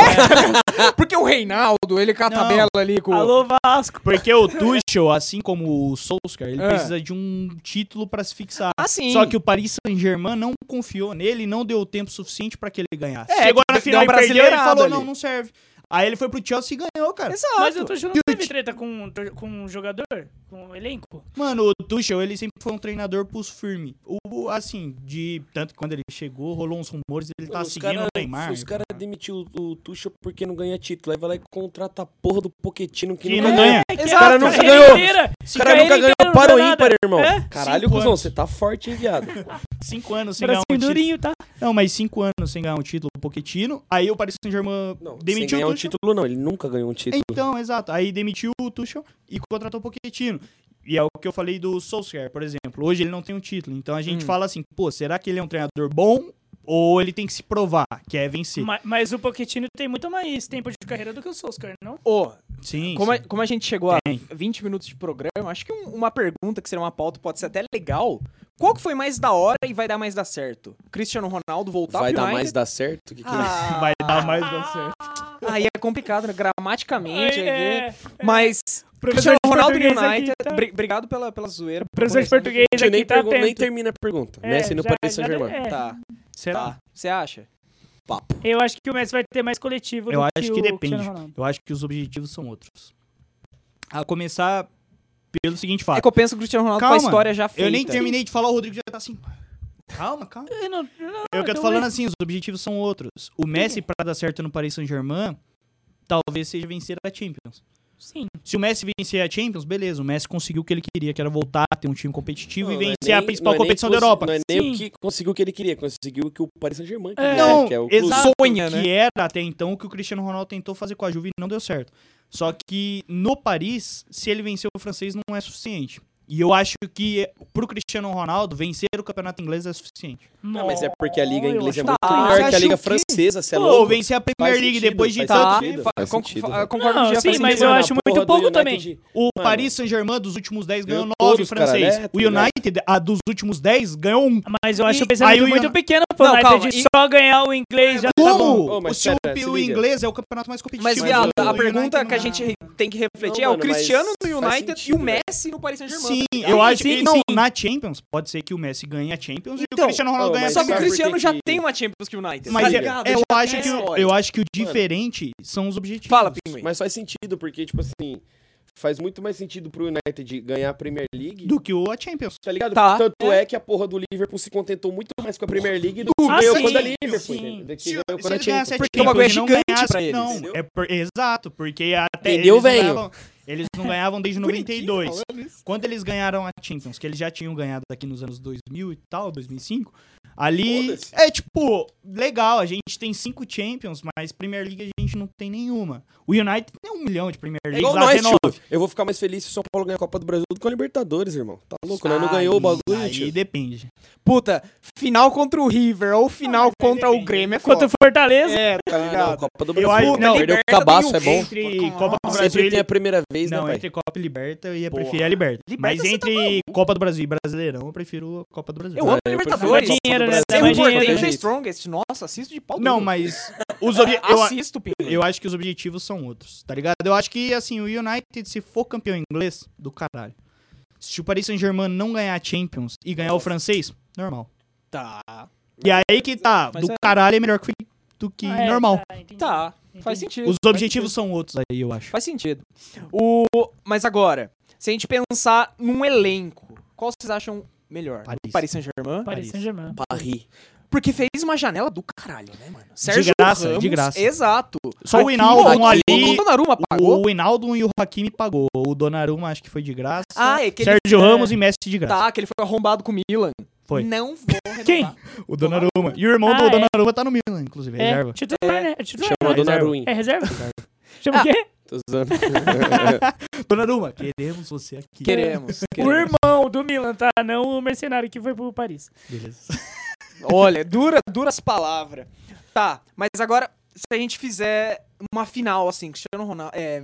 S1: Porque o Reinaldo, ele com a
S2: Não.
S1: tabela ali com.
S3: Alô, Vasco.
S2: Porque o Tuchel, assim como o Solskjaer, ele
S1: É.
S2: precisa de um título pra se fixar.
S1: Ah, sim.
S2: Só que o Paris Saint-Germain não confiou nele e não deu o tempo suficiente pra que ele ganhasse.
S1: É,
S2: Chegou
S1: que
S2: na
S1: deu
S2: final
S1: um
S2: e perdeu, ele
S1: brasileirado
S2: falou,
S1: ali.
S2: não, não serve. Aí ele foi pro Chelsea e ganhou, cara.
S1: Exato.
S3: Mas eu tô
S2: E
S3: jogando.
S2: o
S3: teve
S2: Tite.
S3: treta com, com um jogador? Com um elenco?
S2: Mano, o Tuchel, ele sempre foi um treinador pulso firme. O- O, assim, de tanto que quando ele chegou, rolou uns rumores, ele tá
S4: Os
S2: seguindo
S4: cara-
S2: o Neymar.
S4: Os caras demitiu o Tuchel porque não ganha título. Aí vai lá e contrata a porra do Poquetino que,
S2: Que
S4: não
S2: não
S4: ganha.
S2: ganha.
S3: É que
S1: Esse
S3: a
S1: cara
S4: nunca
S3: carreira
S4: ganhou.
S3: inteira-
S4: Os
S3: se
S4: caras
S3: carreira
S4: nunca
S3: inteira
S4: ganham
S3: não
S4: para o
S3: ganha
S4: ímpar, né?
S3: nada.
S4: irmão.
S3: É?
S4: Caralho,
S2: Cinco
S4: cuzão,
S2: anos.
S4: você tá forte, hein, viado?
S2: Cinco anos sem ganhar
S3: Bracinho
S2: um título.
S3: durinho, tá?
S2: Não, mas cinco anos sem ganhar um título, o Poquetino. Aí o Paris Saint-Germain
S4: Não, sem
S2: demitiu
S4: ganhar
S2: o
S4: um
S2: Tuchel.
S4: título, não. Ele nunca ganhou um título.
S2: Então, exato. Aí demitiu o Tuchel e contratou o Pochettino. E é o que eu falei do Solskjaer, por exemplo. Hoje ele não tem um título. Então a gente
S1: Hum.
S2: fala assim, pô, será que ele é um treinador bom ou ele tem que se provar, que é vencer?
S3: Ma- Mas, o Pochettino tem muito mais tempo de carreira do que o Solskjaer, não?
S1: Ô,
S2: Sim,
S1: como, a,
S2: sim.
S1: como a gente chegou a
S2: Tem.
S1: 20 minutos de programa, acho que um- uma pergunta que seria uma pauta pode ser até legal. Qual que foi mais da hora e vai dar mais dar certo? Cristiano Ronaldo voltar
S4: Vai
S1: pro
S4: dar
S1: United?
S4: mais dar certo? Que que
S1: Ah,
S2: Vai dar mais dar certo.
S1: Aí é complicado, né? Gramaticamente.
S3: É,
S1: aqui. Mas
S3: Professor
S1: Cristiano
S3: de
S1: Ronaldo é e
S3: português aqui,
S1: United...
S3: tá?
S1: bri- Obrigado pela, pela zoeira. por
S3: Professor de
S1: conversar
S3: português
S4: A gente
S3: aqui
S4: nem,
S3: tá
S4: pergun-
S3: atento.
S4: nem termina a pergunta.
S3: É,
S4: Messi no
S3: já-
S4: Paris
S3: já-
S4: Saint-Germain.
S3: é.
S1: Tá,
S2: Será?
S1: tá. Você acha?
S3: Eu acho que o Messi vai ter mais coletivo
S2: Eu
S3: do
S2: acho que
S3: o
S2: depende.
S3: Cristiano Ronaldo.
S2: Eu acho que os objetivos são outros. A começar pelo seguinte
S1: É
S2: fato.
S1: que eu penso que o Cristiano Ronaldo com a
S2: Calma,
S1: história já feita.
S2: eu nem terminei de falar, o Rodrigo já tá assim. Calma, calma.
S3: Eu não-
S2: Eu
S3: não,
S2: que eu tô
S3: então
S2: falando
S3: é-
S2: assim, os objetivos são outros. O Messi, pra dar certo no Paris Saint-Germain, talvez seja vencer a Champions.
S3: Sim.
S2: Se o Messi vencer a Champions, beleza, o Messi conseguiu o que ele queria, que era voltar, ter um time competitivo
S4: Não,
S2: e
S4: não é
S2: vencer a
S4: nem-
S2: principal
S4: não é nem
S2: competição
S4: cons-
S2: da Europa.
S4: Não é nem o
S3: Sim.
S4: que conseguiu o que ele queria, conseguiu o que o Paris Saint-Germain
S3: É.
S4: queria,
S2: Não,
S4: né, que é o clube.
S2: exato,
S1: sonha, né?
S2: que era até então o que o Cristiano Ronaldo tentou fazer com a Juve e não deu certo. Só que no Paris, se ele vencer o francês não é suficiente. E eu acho que pro Cristiano Ronaldo vencer o campeonato inglês é suficiente.
S4: Não, mas é porque a liga
S3: Não, eu
S4: inglesa é
S3: acho-
S4: muito
S1: Tá,
S2: você
S4: melhor que a
S2: acha
S4: liga
S2: o quê?
S4: francesa, você é
S2: Ou
S4: louco.
S2: vencer a Premier
S4: Faz
S2: League
S4: sentido,
S2: depois de
S4: faz
S2: estar
S1: Tá,
S4: sentido,
S1: fa-
S4: faz
S1: con-
S4: sentido,
S1: fa-
S4: velho.
S1: concordo com o
S3: Não,
S1: Jean,
S3: sim,
S1: faz
S3: mas
S1: sentido.
S3: eu
S4: Na
S3: acho muito
S4: porra do
S3: pouco
S4: United
S3: também.
S4: de-
S2: O
S4: Mano.
S2: Paris Saint-Germain dos últimos 10 ganhou
S4: Ganhou
S2: 9
S4: todos,
S2: francês.
S4: cara, é, tá Ah,
S2: o United, a dos últimos 10, ganhou um.
S3: Mas eu acho
S2: E-
S3: o pensamento
S2: aí o
S3: muito
S2: Ian-
S3: pequeno pro
S1: Não,
S3: United
S1: calma, e- É,
S3: só ganhar o inglês já tá bom.
S2: Como?
S4: Ô, mas
S2: o seu
S4: pera, se
S2: o
S4: liga.
S2: inglês é o campeonato mais competitivo.
S1: Mas, viado,
S2: do
S1: a
S2: United
S1: pergunta
S2: não
S1: que a
S2: é.
S1: gente re- tem que refletir
S4: Não,
S1: é o
S4: mano, mas
S1: Cristiano
S4: faz
S1: no United e
S4: sentido,
S1: o Messi no Paris Saint-Germain.
S2: Sim,
S1: tá
S2: eu
S1: ligado?
S2: acho
S3: sim,
S2: que não,
S3: sim.
S2: na Champions pode ser que o Messi ganhe a Champions e
S1: Então,
S2: o Cristiano Ronaldo
S4: ô,
S2: ganha a
S4: mas
S1: Só que o
S4: sabe
S2: Champions.
S4: por
S1: Cristiano
S4: que
S1: já
S4: que-
S1: tem uma Champions que o United.
S2: Mas
S1: tá
S2: é-
S1: ligado?
S2: eu,
S1: Já tem
S2: acho que,
S1: essa
S2: o-
S1: história.
S2: eu acho que o
S4: Mano.
S2: diferente são os objetivos.
S1: Fala, Pinguim.
S4: Mas faz sentido, porque, tipo assim, faz muito mais sentido pro United ganhar a Premier League,
S2: Do que o a Champions.
S4: tá ligado?
S1: Tá.
S4: Tanto é. que a porra do Liverpool se contentou muito mais com a Premier League do que
S3: Ah,
S4: ganhou
S3: sim,
S4: quando a Liverpool,
S3: sim.
S4: entendeu? Do que
S2: Se,
S4: ganhou
S2: se
S4: quando a
S2: eles ganhassem
S4: Champions.
S2: a
S1: Porque o bagulho é
S2: Champions e não
S1: gigante
S2: ganhassem-
S1: pra eles,
S2: Não,
S4: entendeu?
S2: é por- exato, porque até eles,
S4: Entendeu,
S2: não
S4: velho?
S2: ganhavam, eles não ganhavam desde 92.
S1: Bonitinho,
S2: Quando eles ganharam a Champions, que eles já tinham ganhado aqui nos anos 2000 e tal, 2005, ali
S4: Foda-se.
S2: é tipo, legal, a gente tem cinco Champions, mas Premier League a gente não tem nenhuma. O United tem um milhão de Premier League,
S4: É igual
S2: lá
S4: nós,
S2: 19.
S4: Eu vou ficar mais feliz se o São Paulo ganhar a Copa do Brasil do que a Libertadores, irmão. Tá louco, né? Não
S2: Aí-
S4: ganhou o bagulho,
S2: Aí
S4: tio.
S2: depende.
S1: Puta, final contra o River ou final contra o Grêmio é
S3: Contra
S1: foda.
S3: o Fortaleza.
S1: É, tá
S4: Ah, não,
S1: ligado?
S4: Copa do
S2: Eu
S4: Brasil.
S2: acho-
S4: Puta,
S2: não,
S4: perdeu o
S1: Liberta
S4: cabaço,
S1: tem
S4: é
S1: um
S4: bom.
S2: Entre
S1: Nossa,
S2: Copa do Brasil
S4: Sempre
S2: ele-
S4: tem a primeira vez, né,
S2: Não,
S4: pai?
S2: entre Copa e Liberta, eu ia
S1: Porra.
S2: preferir a Liberta.
S1: Liberta
S2: Mas
S1: você tá
S2: entre Copa do Brasil e Brasileirão, eu prefiro a Copa do Brasil.
S1: Eu amo
S4: Ah, eu
S1: Libertadores.
S4: prefiro a Copa do
S3: Dinheiro, né?
S4: Brasil.
S1: Você é
S3: Dá mais dinheiro,
S1: importante
S3: né?
S1: The Strongest. Nossa, assisto de pau duro.
S2: Não, mas os obje- eu, a-
S1: Assisto, Pinguim.
S2: eu acho que os objetivos são outros, tá ligado? Eu acho que, assim, o United, se for campeão inglês, do caralho. Se o Paris Saint-Germain não ganhar a Champions e ganhar o francês, normal.
S1: Tá.
S2: E aí que tá,
S1: Mas
S2: do
S1: é-
S2: caralho é melhor que, do que
S3: Ah, é,
S2: normal.
S3: tá, entendi.
S1: Tá, faz sentido.
S2: Os objetivos são outros aí, eu acho.
S1: Faz sentido. O... Mas agora, se a gente pensar num elenco, qual vocês acham melhor?
S2: Paris.
S1: O Paris Saint-Germain?
S3: Paris Saint-Germain.
S4: Paris.
S1: Porque fez uma janela do caralho, né, mano? Sérgio
S2: graça, de
S1: Ramos,
S2: graça.
S1: Exato.
S2: Só o
S1: Aqui,
S2: Hinaldo um
S1: ó,
S2: ali,
S1: O Donnarumma pagou?
S2: O Hinaldo e o Hakimi pagou. O Donnarumma acho que foi de graça.
S1: Ah, é que ele-
S2: Sérgio
S1: é.
S2: Ramos e Messi de graça.
S1: Tá, que ele foi arrombado com o Milan.
S2: Foi.
S1: Não vou renovar.
S3: Quem?
S1: Tá.
S2: O Donnarumma. E o irmão do
S3: Ah, é.
S2: Donnarumma tá no Milan, inclusive,
S3: É,
S2: reserva.
S3: titular, né? É titular.
S4: Chama
S3: né?
S4: Donnarumma.
S3: É reserva? Chama o quê?
S4: Tô usando.
S2: Donnarumma, queremos você aqui.
S1: Queremos.
S3: O
S1: queremos.
S3: irmão do Milan, tá? Não o mercenário que foi pro Paris.
S2: Beleza.
S1: Olha, dura, duras palavras. Tá, mas agora, se a gente fizer uma final, assim, Cristiano Ronaldo. É,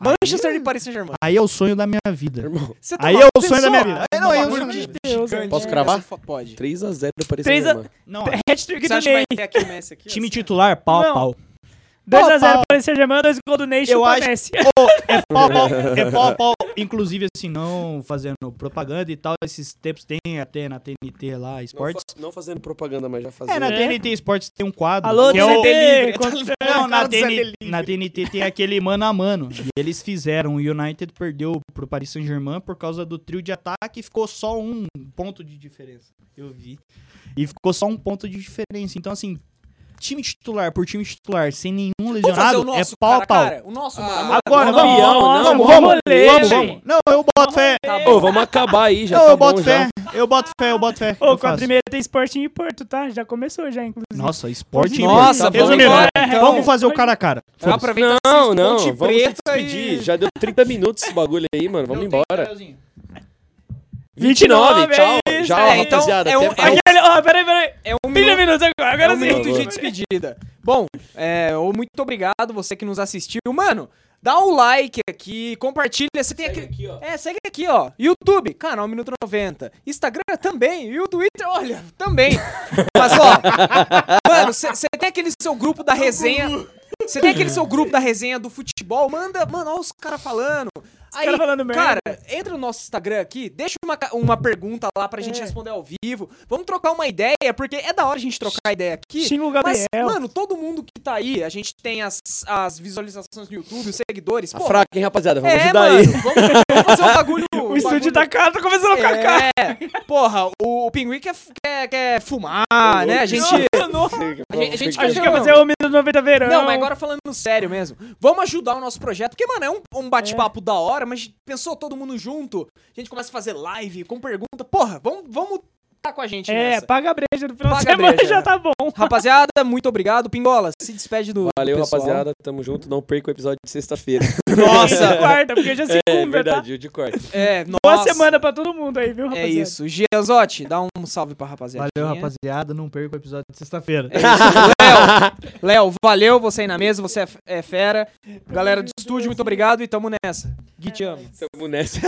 S1: Manchester e Paris Saint-Germain.
S2: Aí é o sonho da minha vida.
S4: Irmão,
S1: Você tá
S2: Aí é
S1: maluco,
S2: o sonho da
S1: pensou?
S2: minha vida. Aí não,
S3: um
S2: aí é o
S1: Bagulho
S2: sonho da minha
S1: de-
S2: vida.
S3: Deus,
S1: gigante.
S4: Posso cravar?
S1: Essa Pode.
S4: 3x0 do Paris
S3: Três a-
S4: Saint-Germain.
S2: Não,
S3: Hat-trick
S1: Você
S3: do
S1: acha que vai
S3: Ney.
S1: ter aqui o Messi aqui?
S2: time titular, pau a
S3: Não.
S2: pau.
S3: 2x0
S2: pau.
S3: para o Saint-Germain, dois gols do Nation
S2: Eu
S3: pra
S2: acho-
S3: Messi.
S2: É pau a pau, é pau a pau. Inclusive, assim, não fazendo propaganda e tal, esses tempos tem até na TNT lá, esportes.
S4: Não, fa- não fazendo propaganda, mas já fazendo.
S2: É, na
S3: É?
S2: TNT Esportes tem um quadro.
S3: Alô,
S2: que é o...
S3: TNT Livre.
S2: Não, na,
S5: É, Cara do Zé
S2: TN... na TNT tem aquele mano a mano. E eles fizeram. O United perdeu pro Paris Saint-Germain por causa do trio de ataque e ficou só um ponto de diferença. Eu vi. E ficou só um ponto de diferença. Então, assim, time titular por time titular, sem nenhum
S1: Vamos fazer
S2: lesionado,
S1: o nosso,
S2: é pau a
S1: cara,
S2: pau.
S1: cara. um O nosso, mano.
S4: Ah,
S2: Agora,
S4: Não,
S2: vamos,
S4: não,
S2: vamos,
S4: não,
S2: vamos,
S3: bom
S2: vamos,
S3: rolê,
S2: vamos,
S3: gente.
S2: vamos. Não, eu boto fé.
S1: Tá
S4: Ô, vamos acabar aí, já
S2: Não,
S4: tá
S2: eu boto
S4: bom
S2: fé.
S4: já.
S2: Eu boto fé, eu boto fé.
S3: Ô,
S2: eu
S3: com a
S2: faço.
S3: primeira tem Sporting e Porto, tá? Já começou já, inclusive.
S2: Nossa, esporte.
S1: Nossa,
S2: Tá
S1: vamos
S2: resumindo,
S1: embora,
S2: né?
S1: então.
S2: vamos fazer o cara a cara.
S1: Ah, Aproveita
S4: Não,
S1: esses
S4: não,
S1: Ponte
S4: vamos se
S1: Preta e-
S4: despedir. Já deu 30 minutos esse bagulho aí, mano. Vamos embora.
S3: 29,
S4: 29, tchau.
S3: é isso.
S4: já,
S1: É, então,
S4: rapaziada.
S1: é um-
S4: até
S1: é um-
S4: mais.
S3: Aquele, ó, peraí, peraí.
S1: É um
S3: Trinta
S1: minuto,
S3: minutos agora,
S1: é um
S3: agora sim.
S1: minuto de
S4: favor.
S1: despedida. Bom, é, ô, muito obrigado você que nos assistiu. Mano, dá um like aqui, compartilha. Você tem aqui... É, segue aqui, ó. YouTube, canal Minuto 90. Instagram também. E o Twitter, olha, também. Mas, ó, mano, você tem aquele seu grupo da resenha. Você tem aquele seu grupo da resenha do futebol. Manda, mano, olha os caras falando. Aí,
S3: caras falando merda.
S1: cara, entra no nosso Instagram aqui, deixa uma, ca- uma pergunta lá pra
S3: É.
S1: gente responder ao vivo. Vamos trocar uma ideia, porque é da hora a gente trocar ideia aqui.
S3: Xinga o Gabriel.
S1: Mas, mano, todo mundo que tá aí, a gente tem as, as visualizações no YouTube, os seguidores.
S4: Tá
S1: pô,
S4: fraco, hein, rapaziada? Vamos
S1: é,
S4: ajudar
S1: mano,
S4: aí.
S1: Vamos, vamos fazer um bagulho.
S3: o estúdio tá
S1: bagulho...
S3: caro, tá começando a ficar caro.
S1: É, porra, o, o pinguim quer, f- quer, quer fumar, né? A gente.
S3: Não,
S1: A gente, a gente
S3: A gente
S1: não,
S3: quer fazer o minuto 90 verão.
S1: Não, mas agora falando sério mesmo. Vamos ajudar o nosso projeto, porque, mano, é um, um bate-papo da hora, mas pensou todo mundo junto? A gente começa a fazer live com pergunta. Porra, vamos, vamos tá com a gente
S3: É,
S1: nessa.
S3: paga a breja no final de
S1: Paga a
S3: semana,
S1: breja.
S3: já tá bom.
S1: Rapaziada, muito obrigado. Pingola, se despede do. do
S4: Valeu,
S1: pessoal.
S4: rapaziada. Tamo junto. Não perca o episódio de sexta-feira.
S3: E de
S1: Nossa!
S3: quarta, porque já é
S4: É
S3: segunda, tá?
S4: verdade, o de corte.
S1: é, nossa.
S3: Boa semana pra todo mundo aí, viu,
S1: É
S3: rapaziada?
S1: isso. Gianzotti, dá um salve pra rapaziada. é?
S2: Valeu, rapaziada. Não perca o episódio de sexta-feira.
S1: Léo, Léo, valeu você aí na mesa, você é f- é fera. Galera do estúdio, muito obrigado e tamo nessa. Gui, te amo.
S4: Tamo nessa.